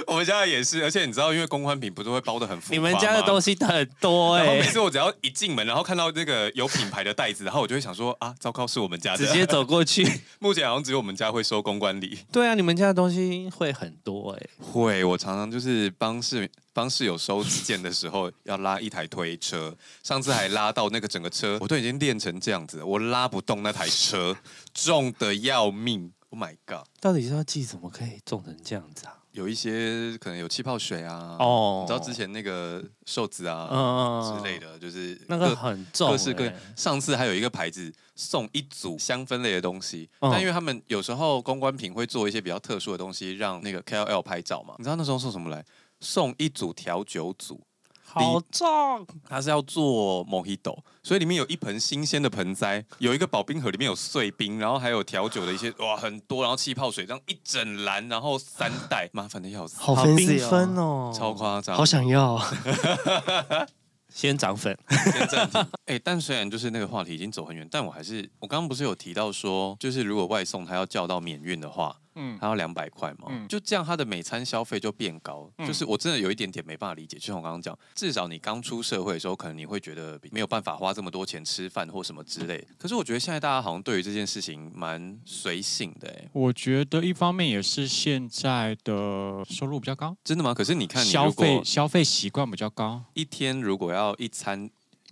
[SPEAKER 3] 我们家也是，而且你知道，因为公关品不是会包的很浮夸
[SPEAKER 4] 你们家的
[SPEAKER 3] 吗
[SPEAKER 4] 东西很多
[SPEAKER 3] 然后
[SPEAKER 4] 哎、
[SPEAKER 3] 每次我只要一进门，然后看到那个有品牌的袋子，然后我就会想说啊，糟糕，是我们家的。
[SPEAKER 4] 直接走过去。
[SPEAKER 3] 目前好像只有我们家会收公关礼。
[SPEAKER 4] 对啊，你们家的东西会很多哎、
[SPEAKER 3] 会，我常常就是帮室帮室友收件的时候，要拉一台推车，上次还拉到那个整个车，我都已经练成这样子了，我拉不动那台车，重的要命。Oh my god！
[SPEAKER 4] 到底是要寄怎么可以种成这样子啊？
[SPEAKER 3] 有一些可能有气泡水啊，哦，
[SPEAKER 4] 哦
[SPEAKER 3] 你知道之前那个瘦子啊、
[SPEAKER 4] 嗯
[SPEAKER 3] 之类，的，就是
[SPEAKER 4] 那个
[SPEAKER 3] 各
[SPEAKER 4] 很重、欸，
[SPEAKER 3] 各式各样。上次还有一个牌子送一组香氛类的东西，
[SPEAKER 4] 嗯
[SPEAKER 3] 但因为他们有时候公关品会做一些比较特殊的东西，让那个 KOL 拍照嘛。你知道那时候送什么来？送一组调酒组，
[SPEAKER 4] 好重，
[SPEAKER 3] 它是要做 Mojito，所以里面有一盆新鲜的盆栽，有一个保冰盒，里面有碎冰，然后还有调酒的一些哇很多，然后气泡水这样一整篮，然后三袋，麻烦的要死，
[SPEAKER 2] 好
[SPEAKER 4] 好缤
[SPEAKER 2] fancy
[SPEAKER 4] 纷
[SPEAKER 2] 哦，
[SPEAKER 4] 哦，
[SPEAKER 3] 超夸张，
[SPEAKER 2] 好想要哦。
[SPEAKER 4] 先涨粉，
[SPEAKER 3] 先暂停。 哎、但虽然就是那个话题已经走很远，但我还是我刚刚不是有提到说，就是如果外送他要叫到免运的话，
[SPEAKER 1] 嗯，
[SPEAKER 3] 他要两百块嘛，
[SPEAKER 1] 嗯
[SPEAKER 3] 就这样他的每餐消费就变高。
[SPEAKER 1] 嗯
[SPEAKER 3] 就是我真的有一点点没办法理解，就像我刚刚讲，至少你刚出社会的时候，可能你会觉得没有办法花这么多钱吃饭或什么之类。可是我觉得现在大家好像对于这件事情蛮随性的、哎，
[SPEAKER 1] 我觉得一方面也是现在的收入比较高，
[SPEAKER 3] 真的吗？可是你看，你
[SPEAKER 1] 消
[SPEAKER 3] 如
[SPEAKER 1] 费
[SPEAKER 3] 果
[SPEAKER 1] 消费习惯比较高，
[SPEAKER 3] 一天如果要一餐。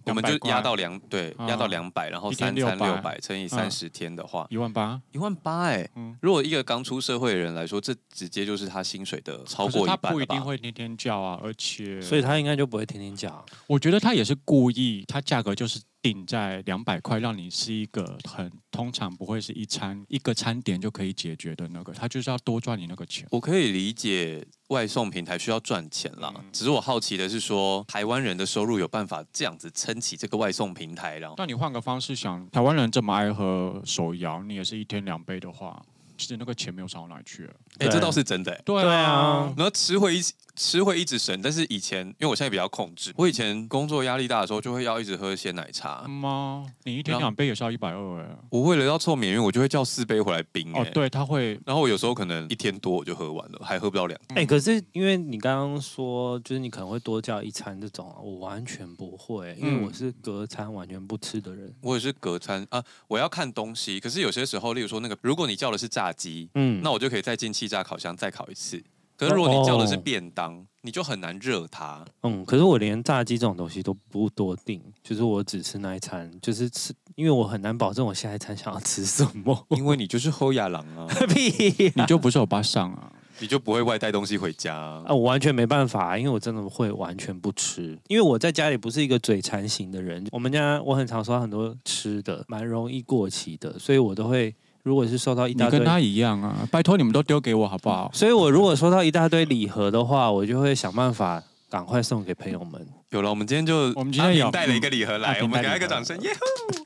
[SPEAKER 3] 我们
[SPEAKER 1] 200
[SPEAKER 3] 就
[SPEAKER 1] 块
[SPEAKER 3] 压到两对，
[SPEAKER 1] 嗯
[SPEAKER 3] 压到两百，然后
[SPEAKER 1] 一天嗯
[SPEAKER 3] 三餐六
[SPEAKER 1] 600
[SPEAKER 3] 百乘以三十天的话，
[SPEAKER 1] 一万八。
[SPEAKER 3] 一万八哎、
[SPEAKER 1] 嗯
[SPEAKER 3] 如果一个刚出社会的人来说，这直接就是他薪水的超过
[SPEAKER 1] 可是
[SPEAKER 3] 一
[SPEAKER 1] 他
[SPEAKER 3] 半
[SPEAKER 1] 不
[SPEAKER 3] 了
[SPEAKER 1] 一定
[SPEAKER 3] 吧？
[SPEAKER 1] 会天天叫啊，而且，
[SPEAKER 4] 所以他应该就不会天啊天讲。
[SPEAKER 1] 我觉得他也是故意，他价格就是定在两百块，让你是一个很通常不会是一餐一个餐点就可以解决的那个，他就是要多赚你那个钱。
[SPEAKER 3] 我可以理解外送平台需要赚钱啦，
[SPEAKER 1] 嗯
[SPEAKER 3] 只是我好奇的是说，台湾人的收入有办法这样子撑起这个外送平台，然后
[SPEAKER 1] 那你换个方式想，台湾人这么爱喝手摇，你也是一天两杯的话，其实那个钱没有少到哪里去。
[SPEAKER 3] 哎、
[SPEAKER 4] 对
[SPEAKER 3] 这倒是真的、欸。
[SPEAKER 1] 对
[SPEAKER 4] 对啊，
[SPEAKER 3] 然后吃会一吃会一直省，但是以前因为我现在比较控制，我以前工作压力大的时候就会要一直喝鲜奶
[SPEAKER 1] 嗯
[SPEAKER 3] 茶。
[SPEAKER 1] 吗？啊你一天
[SPEAKER 3] 然后
[SPEAKER 1] 两杯也是要一百二哎。
[SPEAKER 3] 我为了要凑免运，我就会叫四杯回来冰、欸。
[SPEAKER 1] 哦，。对，他会
[SPEAKER 3] 然后我有时候可能一天多我就喝完了，还喝不到两。
[SPEAKER 1] 嗯
[SPEAKER 4] 哎、可是因为你刚刚说，就是你可能会多叫一餐这种啊，我完全不会，因
[SPEAKER 1] 嗯
[SPEAKER 4] 为我是隔餐完全不吃的人。
[SPEAKER 3] 我也是隔餐啊，我要看东西。可是有些时候，例如说那个，如果你叫的是炸鸡，
[SPEAKER 4] 嗯，
[SPEAKER 3] 那我就可以再进气炸烤箱再烤一次。可是如果你叫的是
[SPEAKER 4] 哦
[SPEAKER 3] 便当，你就很难热 它。
[SPEAKER 4] 嗯，可是我连炸鸡这种东西都不多订，就是我只吃那一餐，就是吃，因为我很难保证我下一餐想要吃什么。
[SPEAKER 3] 因为你就是喝亚郎啊，
[SPEAKER 4] 屁
[SPEAKER 1] 你就不是欧巴桑啊。
[SPEAKER 3] 你就不会外带东西回家啊、
[SPEAKER 4] 啊！我完全没办法，因为我真的会完全不吃，因为我在家里不是一个嘴馋型的人。我们家我很常收到很多吃的，蛮容易过期的，所以我都会，如果是收到一
[SPEAKER 1] 你
[SPEAKER 4] 大堆
[SPEAKER 1] 跟，他一样啊！拜托你们都丢给我好不 好？
[SPEAKER 4] 所以我如果收到一大堆礼盒的话，我就会想办法赶快送给朋友们。
[SPEAKER 3] 有了，我们今天就
[SPEAKER 1] 我们今天啊
[SPEAKER 3] 阿平
[SPEAKER 1] 有
[SPEAKER 3] 带了一个礼盒
[SPEAKER 1] 阿
[SPEAKER 3] 来，
[SPEAKER 1] 平
[SPEAKER 3] 我们给他
[SPEAKER 1] 带
[SPEAKER 3] 一
[SPEAKER 1] 礼盒
[SPEAKER 3] 个掌声，耶呼！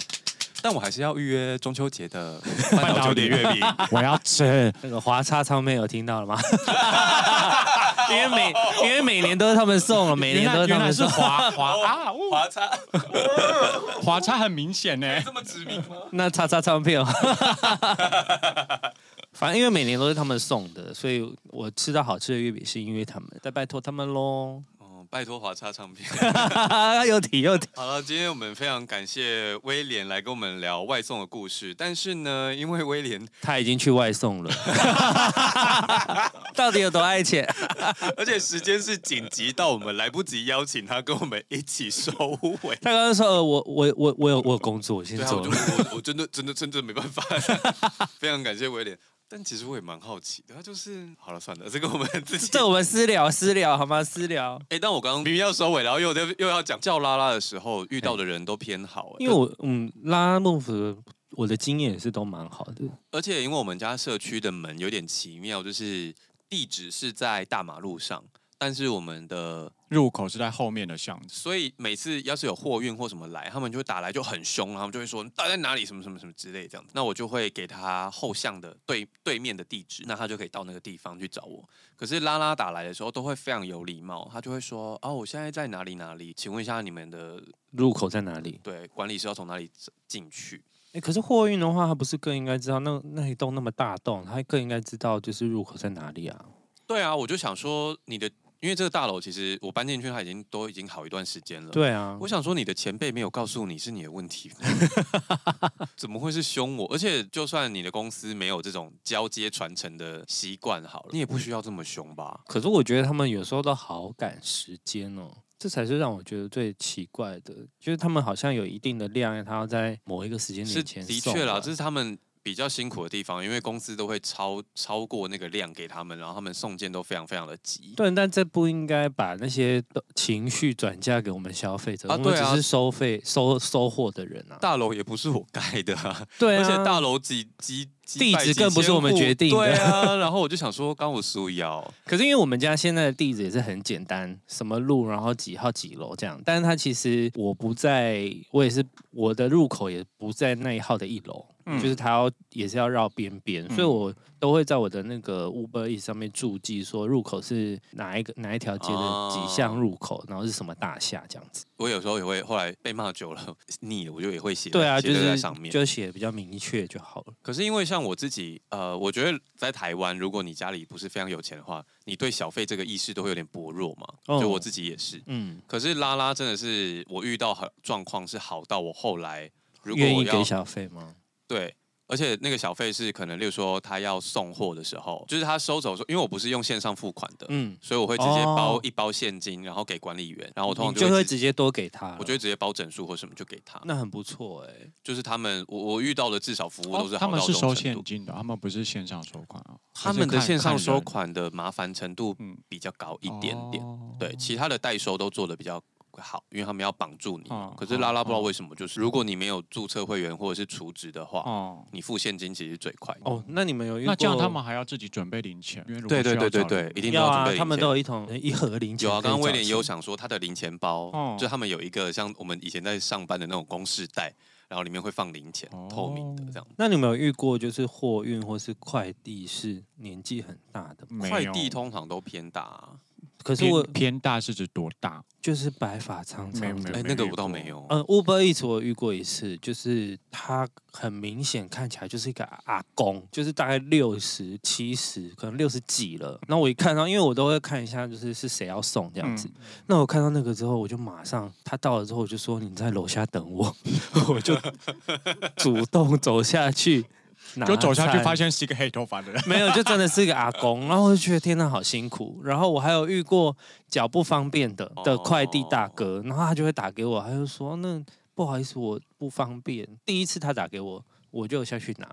[SPEAKER 3] 但我还是要预约中秋节的 半岛九点月饼。
[SPEAKER 1] 我要吃。
[SPEAKER 4] 那个华叉唱片有听到了吗？ 因为每因为每年都是他们送了，每
[SPEAKER 1] 原
[SPEAKER 4] 年都
[SPEAKER 1] 来
[SPEAKER 4] 是他
[SPEAKER 1] 原来
[SPEAKER 4] 们
[SPEAKER 1] 是
[SPEAKER 4] 送。
[SPEAKER 1] 华华 啊，哦
[SPEAKER 3] 华差
[SPEAKER 1] 华差很明显呢。欸
[SPEAKER 3] 这么知名吗？
[SPEAKER 4] 那叉叉唱片哦，反正因为每年都是他们送的，所以我吃到好吃的月饼是因为他们，再拜托他们喽。
[SPEAKER 3] 哦，拜托华差唱片。
[SPEAKER 4] 又提又提，
[SPEAKER 3] 好了，今天我们非常感谢威廉来跟我们聊外送的故事，但是呢，因为威廉，
[SPEAKER 4] 他已经去外送了， 到底有多爱钱？
[SPEAKER 3] 而且时间是紧急到我们来不及邀请他跟我们一起收 尾。
[SPEAKER 4] 他刚刚说，呃我我我我有我有工作，我先
[SPEAKER 3] 对啊，
[SPEAKER 4] 走
[SPEAKER 3] 我就
[SPEAKER 4] 了。
[SPEAKER 3] 我我真的真的真的没办法， 非常感谢威廉。但其实我也蛮好奇的，他就是好了算了，这个我 们自己
[SPEAKER 4] 这我们私聊私聊好吗？私聊，
[SPEAKER 3] 哎、但我刚刚明明要收尾，然后又在又要讲叫拉拉的时候，遇到的人都偏好、啊
[SPEAKER 4] 因为我嗯拉幕府，我的经验也是都蛮好的。
[SPEAKER 3] 而且因为我们家社区的门有点奇妙，就是地址是在大马路上，但是我们的
[SPEAKER 1] 入口是在后面的巷子。
[SPEAKER 3] 所以每次要是有货运或什么来，他们就会打来就很凶，然后他们就会说你到底在哪里什么什么什么之类这样子。那我就会给他后巷的对对面的地址，那他就可以到那个地方去找我。可是拉拉打来的时候都会非常有礼貌，他就会说哦，我现在在哪里哪里，请问一下你们的
[SPEAKER 4] 入口在哪里？
[SPEAKER 3] 对管理是要从哪里进去？
[SPEAKER 4] 哎、可是货运的话，他不是更应该知道那那一栋那么大栋，他更应该知道就是入口在哪里啊？
[SPEAKER 3] 对啊，我就想说你的，因为这个大楼其实我搬进去，它已经都已经好一段时间了。，
[SPEAKER 4] 对啊
[SPEAKER 3] 我，想说你的前辈没有告诉你是你的问题， 怎么会是凶我？而且就算你的公司没有这种交接传承的习惯，好了，你也不需要这么凶吧？
[SPEAKER 4] 可是我觉得他们有时候都好赶时间哦，这才是让我觉得最奇怪的，就是他们好像有一定的量，他要在某一个时间
[SPEAKER 3] 是
[SPEAKER 4] 点前
[SPEAKER 3] 的
[SPEAKER 4] 送啊
[SPEAKER 3] 确啦，
[SPEAKER 4] 完
[SPEAKER 3] 这是他们。比较辛苦的地方，因为公司都会超超过那个量给他们，然后他们送件都非常非常的急。
[SPEAKER 4] 对，啊但这不应该把那些都情绪转嫁给我们消费者，
[SPEAKER 3] 啊
[SPEAKER 4] 我们
[SPEAKER 3] 对
[SPEAKER 4] 只
[SPEAKER 3] 啊
[SPEAKER 4] 是收费收收货的人啊。
[SPEAKER 3] 大楼也不是我盖的、啊，
[SPEAKER 4] 对啊，
[SPEAKER 3] 而且大楼几几几
[SPEAKER 4] 地
[SPEAKER 3] 百
[SPEAKER 4] 址
[SPEAKER 3] 几
[SPEAKER 4] 更不是
[SPEAKER 3] 千
[SPEAKER 4] 我们
[SPEAKER 3] 户
[SPEAKER 4] 决定的
[SPEAKER 3] 对啊，然后我就想说，刚我输腰，
[SPEAKER 4] 可是因为我们家现在的地址也是很简单，什么路，然后几号几楼这样。但是它其实我不在，我也是我的入口也不在那一号的一楼，
[SPEAKER 1] 嗯
[SPEAKER 4] 就是它要也是要绕边边，
[SPEAKER 3] 嗯
[SPEAKER 4] 所以我都会在我的那个 Uber E 上面注记说入口是哪一个哪一条街
[SPEAKER 3] 哦
[SPEAKER 4] 的几巷入口，然后是什么大厦这样子。
[SPEAKER 3] 我有时候也会后来被骂久了 腻了，我就也会写
[SPEAKER 4] 对啊，
[SPEAKER 3] 写
[SPEAKER 4] 就
[SPEAKER 3] 在
[SPEAKER 4] 是
[SPEAKER 3] 上面。
[SPEAKER 4] 就写比较明确就好了。
[SPEAKER 3] 可是因为像我自己，呃，我觉得在台湾，如果你家里不是非常有钱的话，你对小费这个意识都会有点薄弱嘛。
[SPEAKER 4] 哦
[SPEAKER 3] 就我自己也是。
[SPEAKER 4] 嗯，
[SPEAKER 3] 可是拉拉真的是我遇到好状况是好到我后来如果
[SPEAKER 4] 愿
[SPEAKER 3] 我
[SPEAKER 4] 意给
[SPEAKER 3] 要
[SPEAKER 4] 小费吗？
[SPEAKER 3] 对，而且那个小费是可能，例如说他要送货的时候，就是他收走的时候，因为我不是用线上付款的，
[SPEAKER 4] 嗯，
[SPEAKER 3] 所以我会直接包
[SPEAKER 4] 哦
[SPEAKER 3] 一包现金，然后给管理员，然后我通常
[SPEAKER 4] 你就会
[SPEAKER 3] 直
[SPEAKER 4] 直接多给他了。
[SPEAKER 3] 我就会直接包整数或什么就给他。
[SPEAKER 4] 那很不错哎、
[SPEAKER 3] 就是他们，我我遇到的至少服
[SPEAKER 4] 哦
[SPEAKER 3] 务都是
[SPEAKER 1] 哦他
[SPEAKER 3] 好
[SPEAKER 1] 们
[SPEAKER 3] 到
[SPEAKER 1] 是
[SPEAKER 3] 这种
[SPEAKER 1] 收
[SPEAKER 3] 程
[SPEAKER 1] 现
[SPEAKER 3] 度。
[SPEAKER 1] 金的，他们不是线上收款啊。
[SPEAKER 3] 他们
[SPEAKER 1] 还
[SPEAKER 3] 的
[SPEAKER 1] 是看
[SPEAKER 3] 线上收
[SPEAKER 1] 看
[SPEAKER 3] 款的麻烦程度
[SPEAKER 1] 嗯
[SPEAKER 3] 比较高一点点，
[SPEAKER 1] 哦
[SPEAKER 3] 对，其他的代收都做的比较好，因为他们要绑住你嘛。
[SPEAKER 1] 哦
[SPEAKER 3] 可是拉拉
[SPEAKER 1] 哦
[SPEAKER 3] 不知道为什么，就是如果你没有注册会员或者是储值的话，
[SPEAKER 1] 哦。
[SPEAKER 3] 你付现金其实最快。
[SPEAKER 4] 哦，那你们有遇
[SPEAKER 1] 那这样
[SPEAKER 4] 过
[SPEAKER 1] 他们还要自己准备零钱，因为如果
[SPEAKER 3] 对对
[SPEAKER 1] 需要
[SPEAKER 3] 对对
[SPEAKER 1] 找
[SPEAKER 3] 对
[SPEAKER 1] 人，
[SPEAKER 3] 一定都
[SPEAKER 4] 要
[SPEAKER 3] 准备
[SPEAKER 4] 啊，
[SPEAKER 3] 零
[SPEAKER 4] 他们
[SPEAKER 3] 钱
[SPEAKER 4] 都有一桶一盒零钱可以
[SPEAKER 3] 有
[SPEAKER 4] 找钱。
[SPEAKER 3] 啊，刚刚威廉也有想说他的零钱包，
[SPEAKER 1] 哦
[SPEAKER 3] 就他们有一个像我们以前在上班的那种公事袋，然后里面会放零钱，
[SPEAKER 1] 哦
[SPEAKER 3] 透明的这样。
[SPEAKER 4] 那你有没有遇过就是货运或是快递是年纪很大的吗？
[SPEAKER 1] 没有
[SPEAKER 3] 快递通常都偏大啊，
[SPEAKER 4] 可是我
[SPEAKER 1] 偏偏大是指多大？
[SPEAKER 4] 就是白发苍
[SPEAKER 1] 没有
[SPEAKER 4] 苍
[SPEAKER 1] 没有。
[SPEAKER 4] 的
[SPEAKER 3] 哎，那个
[SPEAKER 1] 遇
[SPEAKER 3] 我倒
[SPEAKER 1] 过
[SPEAKER 3] 没有。
[SPEAKER 4] 嗯，Uber Eats 我遇过一次，就是他很明显看起来就是一个阿公，就是大概六十七十，可能六十几了。那我一看到，因为我都会看一下，就是是谁要送这样子。
[SPEAKER 3] 嗯
[SPEAKER 4] 那我看到那个之后，我就马上他到了之后，我就说你在楼下等我， 我就主动走下去，
[SPEAKER 1] 就走下去
[SPEAKER 4] 发现。
[SPEAKER 1] 发现是一个黑头发的 人，
[SPEAKER 4] 没有，就真的是一个阿公，然后我就觉得天哪，好辛苦。然后我还有遇过脚不方便的的快递大哥，然后他就会打给我，他就说那不好意思，我不方便。第一次他打给我，我就下去拿。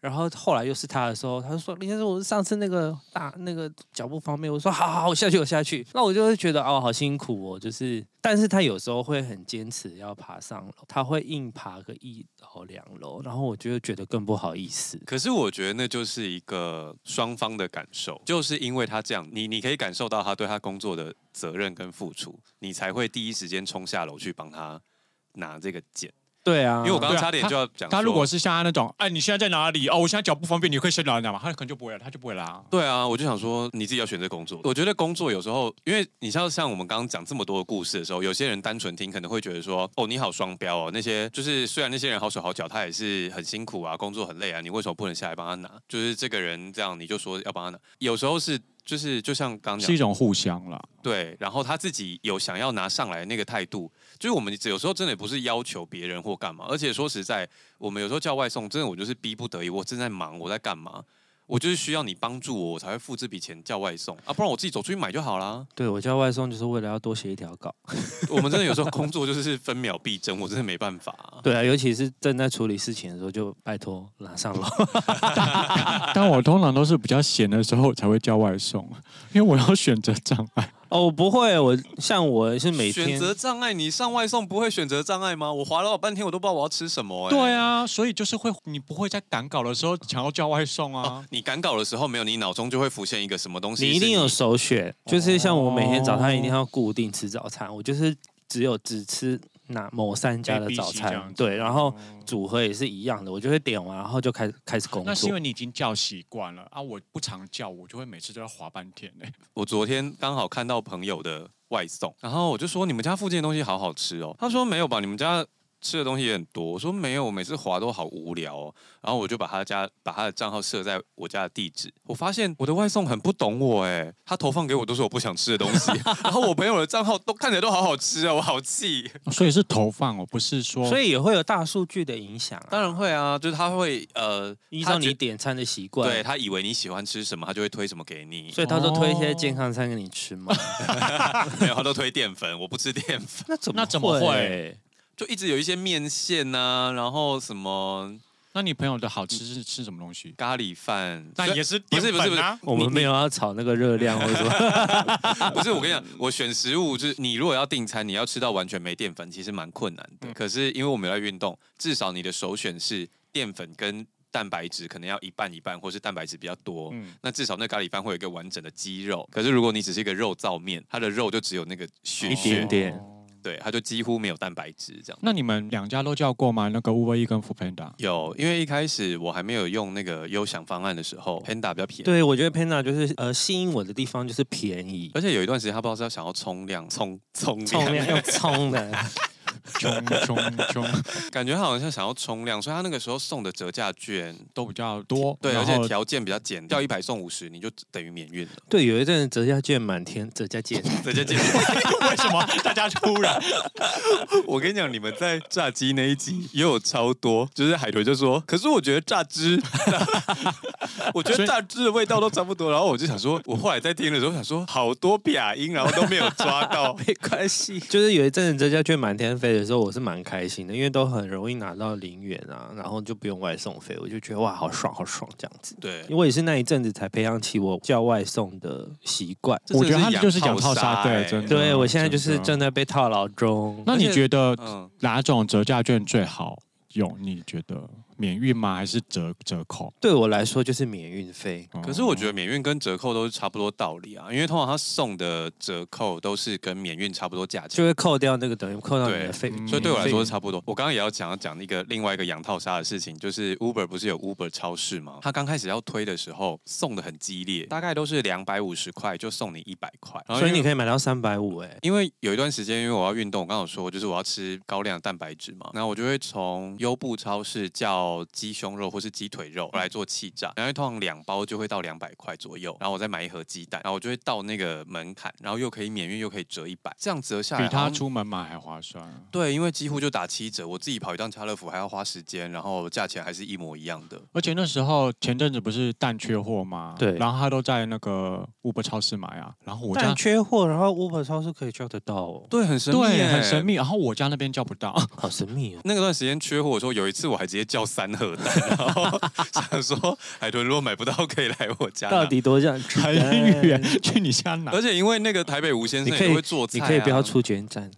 [SPEAKER 4] 然后后来又是他的时候，他就说：“林先生，我上次那个大那个脚不方便。”我说：“好好好，我下去，我下去。”那我就会觉得哦，好辛苦哦，就是，但是他有时候会很坚持要爬上楼，他会硬爬个一楼两楼，然后我就会觉得更不好意思。
[SPEAKER 3] 可是我觉得那就是一个双方的感受，就是因为他这样，你你可以感受到他对他工作的责任跟付出，你才会第一时间冲下楼去帮他拿这个件。
[SPEAKER 4] 对啊，
[SPEAKER 3] 因为我刚
[SPEAKER 1] 对
[SPEAKER 3] 刚
[SPEAKER 1] 啊
[SPEAKER 3] 差点就要讲说，
[SPEAKER 1] 他如果是像他那种，哎，你现在在哪里？哦，我现在脚不方便，你可以先拿拿嘛，他可能就不会，他就不会拉。
[SPEAKER 3] 对啊，我就想说你自己要选择工作。我觉得工作有时候，因为你像像我们刚刚讲这么多的故事的时候，有些人单纯听可能会觉得说，哦，你好双标哦。那些就是虽然那些人好手好脚，他也是很辛苦啊，工作很累啊，你为什么不能下来帮他拿？就是这个人这样，你就说要帮他拿。有时候是就是就像刚刚讲
[SPEAKER 1] 是一种互相啦，
[SPEAKER 3] 对，然后他自己有想要拿上来的那个态度，就是我们有时候真的不是要求别人或干嘛，而且说实在，我们有时候叫外送，真的我就是逼不得已，我正在忙，我在干嘛，我就是需要你帮助我，我才会付这笔钱叫外送啊，不然我自己走出去买就好啦。
[SPEAKER 4] 对，我叫外送就是为了要多写一条稿。
[SPEAKER 3] 我们真的有时候工作就是分秒必争，我真的没办法、
[SPEAKER 4] 对啊，尤其是正在处理事情的时候，就拜托拿上楼。
[SPEAKER 1] 但我通常都是比较闲的时候才会叫外送，啊 因为我要选择障 碍。
[SPEAKER 4] 哦，我不会，我像我是 每
[SPEAKER 3] 选
[SPEAKER 4] 天
[SPEAKER 3] 择障碍，你上外送不会选择障碍吗？我划了我半天，我都不知道我要吃什么、哎
[SPEAKER 1] 对，啊，所以就是会，你不会在赶稿的时候想要叫外送啊。
[SPEAKER 3] 哦你赶稿的时候没有，你脑中就会浮现一个什么东西是，
[SPEAKER 4] 你一定有首选，就是像我每天早餐一定要固定吃早餐，我就是只有只吃哪某三家的
[SPEAKER 1] ABC
[SPEAKER 4] 早
[SPEAKER 1] 这样
[SPEAKER 4] 餐，
[SPEAKER 1] 子
[SPEAKER 4] 对，然后
[SPEAKER 1] 哦
[SPEAKER 4] 组合也是一样的，我就会点完，然后就开始开始工
[SPEAKER 1] 那是因
[SPEAKER 4] 作
[SPEAKER 1] 为。你已经叫习惯了啊！我不常叫，我就会每次都要滑半天呢、
[SPEAKER 3] 我昨天刚好看到朋友的外送，然后我就说你们家附近的东西好好吃哦。他说没有吧，你们家吃的东西也很多。我说没有，我每次滑都好无聊哦。然后我就把他家把他的账号设在我家的地址，我发现我的外送很不懂我哎，他投放给我都是我不想吃的东 西，然后我朋友的账号都看起来都好好吃哦，我好气。
[SPEAKER 1] 所以是投放哦，不是说。
[SPEAKER 4] 所以也会有大数据的影响、啊，
[SPEAKER 3] 当然会啊，就是他会呃，
[SPEAKER 4] 依
[SPEAKER 3] 他
[SPEAKER 4] 照
[SPEAKER 3] 觉
[SPEAKER 4] 你点餐的习惯，
[SPEAKER 3] 对，他以为你喜欢吃什么，他就会推什么给你，
[SPEAKER 4] 所以他都推一些
[SPEAKER 1] 哦
[SPEAKER 4] 健康餐给你吃 嘛。
[SPEAKER 3] 没有他都推淀粉，我不吃淀粉。
[SPEAKER 4] 那怎
[SPEAKER 1] 那怎么会？
[SPEAKER 3] 就一直有一些面线呐、然后什么
[SPEAKER 1] 那你朋友的好吃是吃什么东西？
[SPEAKER 3] 咖喱饭，
[SPEAKER 1] 那
[SPEAKER 3] 所以
[SPEAKER 1] 也是
[SPEAKER 3] 不是不是不
[SPEAKER 1] 淀粉啊
[SPEAKER 3] 是，
[SPEAKER 4] 我们没有要炒那个热量或者什么。
[SPEAKER 3] 不是我跟你讲，我选食物就是你如果要订餐，你要吃到完全没淀粉，其实蛮困难
[SPEAKER 1] 嗯
[SPEAKER 3] 的。可是因为我们有在运动，至少你的首选是淀粉跟蛋白质，可能要一半一半，或是蛋白质比较多。
[SPEAKER 1] 嗯，
[SPEAKER 3] 那至少那咖喱饭会有一个完整的鸡肉，可是如果你只是一个肉燥面，它的肉就只有那个血
[SPEAKER 4] 一点
[SPEAKER 3] 血，
[SPEAKER 4] 点嗯
[SPEAKER 1] 哦
[SPEAKER 3] 对，它就几乎没有蛋白质这样。
[SPEAKER 1] 那你们两家都叫过吗？那个 Uber E 跟 f o o Panda？
[SPEAKER 3] 有，因为一开始我还没有用那个优享方案的时候，Panda 比较便宜。
[SPEAKER 4] 对，我觉得 Panda 就是呃吸引我的地方就是便宜，
[SPEAKER 3] 而且有一段时间，他不知道是要想要冲量、冲冲
[SPEAKER 4] 冲
[SPEAKER 3] 量，
[SPEAKER 4] 量又冲的，
[SPEAKER 1] 穷穷穷
[SPEAKER 3] 感觉他好像想要冲量，所以他那个时候送的折价券，
[SPEAKER 1] 都比较多，
[SPEAKER 3] 对，而
[SPEAKER 1] 然
[SPEAKER 3] 且
[SPEAKER 1] 后
[SPEAKER 3] 条件比较简，掉一百送五十，你就等于免运了。
[SPEAKER 4] 对，有一阵子折价券满天，折价券
[SPEAKER 3] 折价 券，
[SPEAKER 1] 为什么大家突然？
[SPEAKER 3] 我跟你讲，你们在炸鸡那一集也有超多，就是海豚就说，可是我觉得榨汁， 我觉得榨汁的味道都差不多。然后我就想说，我后来在听的时候想说，好多嗲音，然后都没有抓 到。
[SPEAKER 4] 没关系。就是有一阵子折价券满天飞的时候，我是蛮开心的，因为都很容易拿到零元啊，然后就不用外送费，我就觉得哇，好爽，好爽这样子。
[SPEAKER 3] 对，
[SPEAKER 4] 因为也是那一阵子才培养起我叫外送的习惯。
[SPEAKER 3] 这
[SPEAKER 1] 我
[SPEAKER 3] 真
[SPEAKER 1] 觉得
[SPEAKER 3] 的
[SPEAKER 1] 他
[SPEAKER 3] 是
[SPEAKER 1] 们就是讲
[SPEAKER 3] 养
[SPEAKER 1] 套
[SPEAKER 3] 杀，
[SPEAKER 1] 杀，
[SPEAKER 3] 哎
[SPEAKER 1] 对，真的。
[SPEAKER 4] 对我现在就是
[SPEAKER 1] 真
[SPEAKER 4] 正
[SPEAKER 1] 的。
[SPEAKER 4] 在被套牢中。
[SPEAKER 1] 那你觉得
[SPEAKER 3] 嗯。
[SPEAKER 1] 哪种折价券最好用？你觉得免运吗？还是折折扣？
[SPEAKER 4] 对我来说就是免运费。
[SPEAKER 3] 可是我觉得免运跟折扣都是差不多道理啊，因为通常他送的折扣都是跟免运差不多价
[SPEAKER 4] 就
[SPEAKER 3] 钱，
[SPEAKER 4] 会扣掉那个等于扣掉你的
[SPEAKER 3] 对
[SPEAKER 4] 费，
[SPEAKER 1] 嗯
[SPEAKER 3] 所以对我来说
[SPEAKER 4] 免
[SPEAKER 3] 是差不多。我刚刚也要讲要讲一个另外一个养套杀的事情，就是 Uber 不是有 Uber 超市吗？他刚开始要推的时候送的很激烈，大概都是两百五十块就送你一百块，
[SPEAKER 4] 费，
[SPEAKER 3] 然后
[SPEAKER 4] 所以
[SPEAKER 3] 因为
[SPEAKER 4] 你可以买到三百五哎，
[SPEAKER 3] 因为有一段时间，因为我要运动，我刚好说就是我要吃高量的蛋白质嘛，然后我就会从优步超市叫鸡胸肉或是鸡腿肉来做气炸，然后通常两包就会到两百块左右，然后我再买一盒鸡蛋，然后我就会到那个门槛，然后又可以免运又可以折一百，这样折下来
[SPEAKER 1] 嗯比
[SPEAKER 3] 好
[SPEAKER 1] 他
[SPEAKER 3] 像
[SPEAKER 1] 出门买还划算啊。
[SPEAKER 3] 对，因为几乎就打七折，我自己跑一趟家乐福还要花时间，然后价钱还是一模一样的。
[SPEAKER 1] 而且那时候前阵子不是蛋缺货吗？
[SPEAKER 4] 对
[SPEAKER 1] 然后他都在那个 Uber 超市买啊，然后我
[SPEAKER 4] 但
[SPEAKER 1] 家
[SPEAKER 4] 缺货，然后 Uber 超市可以叫得到哦，
[SPEAKER 3] 对，很神秘，
[SPEAKER 1] 对很神。秘，然后我家那边叫不 到，
[SPEAKER 4] 好神秘哦。
[SPEAKER 3] 那段时间缺货的时候，有一次我还直接叫三盒蛋，然后 想说海豚如果买不到可以来我家拿。
[SPEAKER 4] 到底多想去
[SPEAKER 1] 很远， 去你家拿
[SPEAKER 3] 而。且因为那个台北吴先
[SPEAKER 4] 你
[SPEAKER 3] 生
[SPEAKER 4] 可
[SPEAKER 3] 也
[SPEAKER 4] 以
[SPEAKER 3] 会做菜、
[SPEAKER 4] 你
[SPEAKER 3] 啊，
[SPEAKER 4] 可以不要。出决站，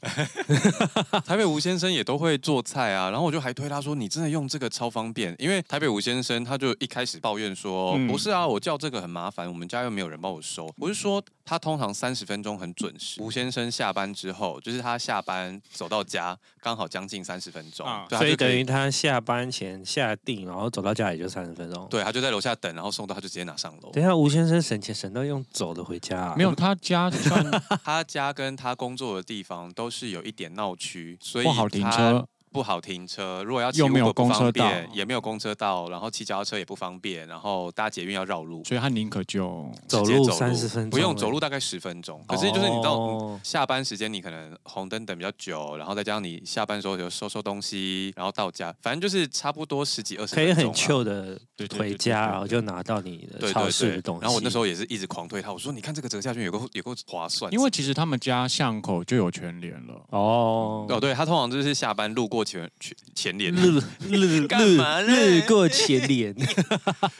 [SPEAKER 3] 台北吴先生也都会做菜啊，然后我就还推他说：“你真的用这个超方便。”因为台北吴先生他就一开始抱怨说：“
[SPEAKER 1] 嗯
[SPEAKER 3] 不是啊，我叫这个很麻烦，我们家又没有人帮我收。”我是说他通常三十分钟很准
[SPEAKER 4] 嗯
[SPEAKER 3] 时。吴先生下班之后，就是他下班走到家刚好将近三十分钟，
[SPEAKER 1] 啊
[SPEAKER 3] 对
[SPEAKER 4] 所以
[SPEAKER 3] 他就可
[SPEAKER 4] 等于他下班前下定，然后走到家里就三十分钟。
[SPEAKER 3] 对他就在楼下等，然后送到他就直接拿上楼。
[SPEAKER 4] 等一下，吴先生省钱省到用走的回家、啊，
[SPEAKER 1] 没有，他家算
[SPEAKER 3] 他家跟他工作的地方都是有一点闹区，所以
[SPEAKER 1] 不好停
[SPEAKER 3] 他
[SPEAKER 4] 哦
[SPEAKER 1] 车，
[SPEAKER 3] 不好停车，如果要骑
[SPEAKER 1] 又没有
[SPEAKER 3] Uber 不
[SPEAKER 1] 公
[SPEAKER 3] 方
[SPEAKER 1] 车
[SPEAKER 3] 便
[SPEAKER 1] 道，
[SPEAKER 3] 也没有公车道，然后骑脚踏车也不方便，然后搭捷运要绕路，
[SPEAKER 1] 所以他宁可就
[SPEAKER 4] 走
[SPEAKER 3] 直接
[SPEAKER 4] 路三十分钟，
[SPEAKER 3] 不用走路，大概十分钟。可是就是你到
[SPEAKER 4] 哦
[SPEAKER 3] 下班时间，你可能红灯等比较久，然后再加上你下班的时候有收收东西，然后到家，反正就是差不多十几二十
[SPEAKER 4] 可
[SPEAKER 3] 分
[SPEAKER 4] 以
[SPEAKER 3] 钟啊。
[SPEAKER 4] 很 chill 的
[SPEAKER 1] 对对对
[SPEAKER 4] 回
[SPEAKER 1] 对
[SPEAKER 4] 家，
[SPEAKER 1] 对对
[SPEAKER 4] 然后就拿到你
[SPEAKER 3] 对
[SPEAKER 4] 的超
[SPEAKER 3] 对
[SPEAKER 4] 市
[SPEAKER 3] 对
[SPEAKER 4] 的东西。
[SPEAKER 3] 然后我那时候也是一直狂推他，我说你看这个折价券有够有够划算，
[SPEAKER 1] 因为其实他们家巷口就有全联了。
[SPEAKER 4] 哦，
[SPEAKER 3] 哦，对他通常就是下班路过前前 前脸，
[SPEAKER 4] 日日
[SPEAKER 3] 干
[SPEAKER 4] 日
[SPEAKER 3] 嘛嘞
[SPEAKER 4] 日过前 脸，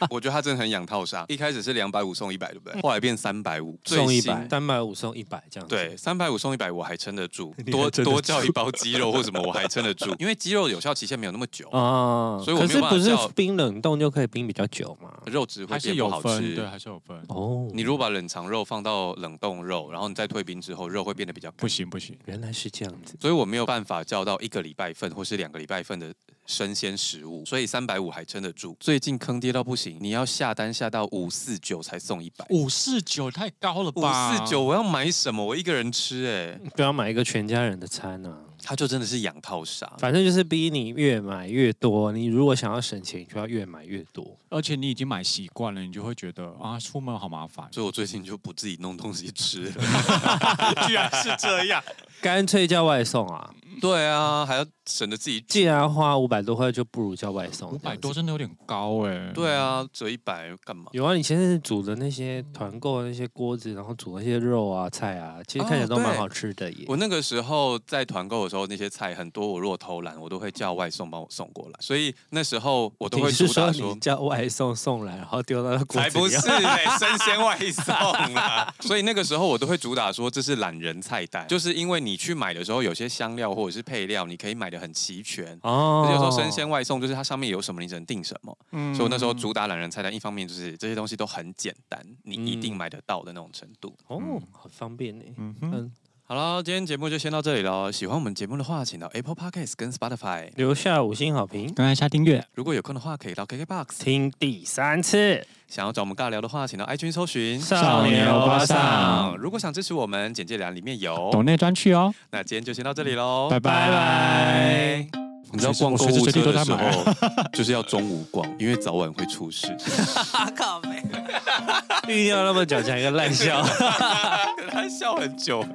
[SPEAKER 3] 我觉得他真的很养套杀。一开始是两百五送一百，对不对？后来变三百五，
[SPEAKER 4] 送
[SPEAKER 3] 最
[SPEAKER 4] 一
[SPEAKER 3] 新
[SPEAKER 4] 百，三百五送一百这样子。
[SPEAKER 3] 对，三百五送一百，我还撑得住。
[SPEAKER 4] 你还
[SPEAKER 3] 多
[SPEAKER 4] 撑得
[SPEAKER 3] 多
[SPEAKER 4] 住
[SPEAKER 3] 叫一包鸡肉或什么，我还撑 得住，因为鸡肉有效期限没有那么
[SPEAKER 1] 嗯
[SPEAKER 3] 久，
[SPEAKER 4] 啊，
[SPEAKER 3] 哦所以我
[SPEAKER 4] 可
[SPEAKER 3] 没有
[SPEAKER 4] 是
[SPEAKER 3] 办法
[SPEAKER 4] 不是
[SPEAKER 3] 叫
[SPEAKER 4] 冰冷冻就可以冰比较久嘛？
[SPEAKER 3] 肉质会
[SPEAKER 1] 还是
[SPEAKER 3] 变不
[SPEAKER 1] 有
[SPEAKER 3] 好
[SPEAKER 1] 分，对，
[SPEAKER 3] 吃。
[SPEAKER 1] 还是有分。
[SPEAKER 4] 哦，
[SPEAKER 3] 你如果把冷藏肉放到冷冻肉，然后你再退冰之后，肉会变得比较
[SPEAKER 1] 不
[SPEAKER 3] 干。
[SPEAKER 1] 行不行，
[SPEAKER 4] 原来是这样子，
[SPEAKER 3] 所以我没有办法叫到一个礼拜份或是两个礼拜份的生鲜食物，所以三百五还撑得住。最近坑爹到不行，你要下单下到五四九才送一百，
[SPEAKER 1] 五四九太高了
[SPEAKER 3] 五
[SPEAKER 1] 吧？
[SPEAKER 3] 四九，我要买什么？我一个人吃哎、
[SPEAKER 4] 不要买一个全家人的餐啊。
[SPEAKER 3] 他就真的是养套杀。
[SPEAKER 4] 反正就是逼你越买越多，你如果想要省钱，你就要越买越多。
[SPEAKER 1] 而且你已经买习惯了，你就会觉得啊，出门好麻烦。
[SPEAKER 3] 所以我最近就不自己弄东西 吃了。
[SPEAKER 1] 居然是这样，
[SPEAKER 4] 干脆叫外送啊！
[SPEAKER 3] 对啊，还要省得自己。
[SPEAKER 4] 既然花五百多块，就不如叫外送。
[SPEAKER 1] 五百
[SPEAKER 4] 这样
[SPEAKER 1] 多
[SPEAKER 4] 子
[SPEAKER 1] 真的有点高哎、
[SPEAKER 3] 对啊，折一百干嘛？
[SPEAKER 4] 有啊，你前阵子煮的那些团购的那些锅子，然后煮那些肉啊菜啊，其实看起来
[SPEAKER 3] 哦
[SPEAKER 4] 都蛮
[SPEAKER 3] 对
[SPEAKER 4] 好吃的耶。
[SPEAKER 3] 我那个时候在团购的时候，那些菜很多，我如果偷懒，我都会叫外送帮我送过来。所以那时候我都会
[SPEAKER 4] 你是
[SPEAKER 3] 主
[SPEAKER 4] 说
[SPEAKER 3] 打
[SPEAKER 4] 你
[SPEAKER 3] 说。
[SPEAKER 4] 叫外送送来，然后丢到那锅
[SPEAKER 3] 才
[SPEAKER 4] 子
[SPEAKER 3] 不
[SPEAKER 4] 里
[SPEAKER 3] 是、欸，生鲜外送啦！ 所以那个时候我都会主打说这是懒人菜单，就是因为你去买的时候，有些香料或者是配料，你可以买的很齐全。
[SPEAKER 4] 哦
[SPEAKER 3] 可是有时候生鲜外送就是它上面有什么你只能订什么，
[SPEAKER 1] 嗯
[SPEAKER 3] 所以我那时候主打懒人菜单，一方面就是这些东西都很简单，你一定
[SPEAKER 4] 嗯
[SPEAKER 3] 买得到的那种程度。
[SPEAKER 4] 哦，好方便呢。
[SPEAKER 1] 嗯哼，
[SPEAKER 4] 嗯，
[SPEAKER 3] 好了，今天节目就先到这里了。喜欢我们节目的话，请到 Apple Podcast 跟 Spotify。
[SPEAKER 4] 留下五星好评，
[SPEAKER 1] 刚才下订阅，
[SPEAKER 3] 如果有空的话，可以到 KKBox。
[SPEAKER 4] 听第三次。
[SPEAKER 3] 想要找我们尬聊的话，请到 iTunes 搜寻
[SPEAKER 4] 少
[SPEAKER 1] 年欧巴
[SPEAKER 4] 桑
[SPEAKER 3] 如果想支持我们，简介栏里面有。
[SPEAKER 1] 抖内专区哦，
[SPEAKER 3] 那今天就先到这里喽，
[SPEAKER 1] 嗯拜拜。
[SPEAKER 3] 拜。你知道逛购
[SPEAKER 1] 我随
[SPEAKER 3] 物
[SPEAKER 1] 时随地都
[SPEAKER 3] 车的
[SPEAKER 1] 在
[SPEAKER 3] 时
[SPEAKER 1] 买
[SPEAKER 3] 候，就是要中午逛，因为早晚会出事。
[SPEAKER 4] 一定要那么久讲一个烂笑。
[SPEAKER 3] 他笑很久、欸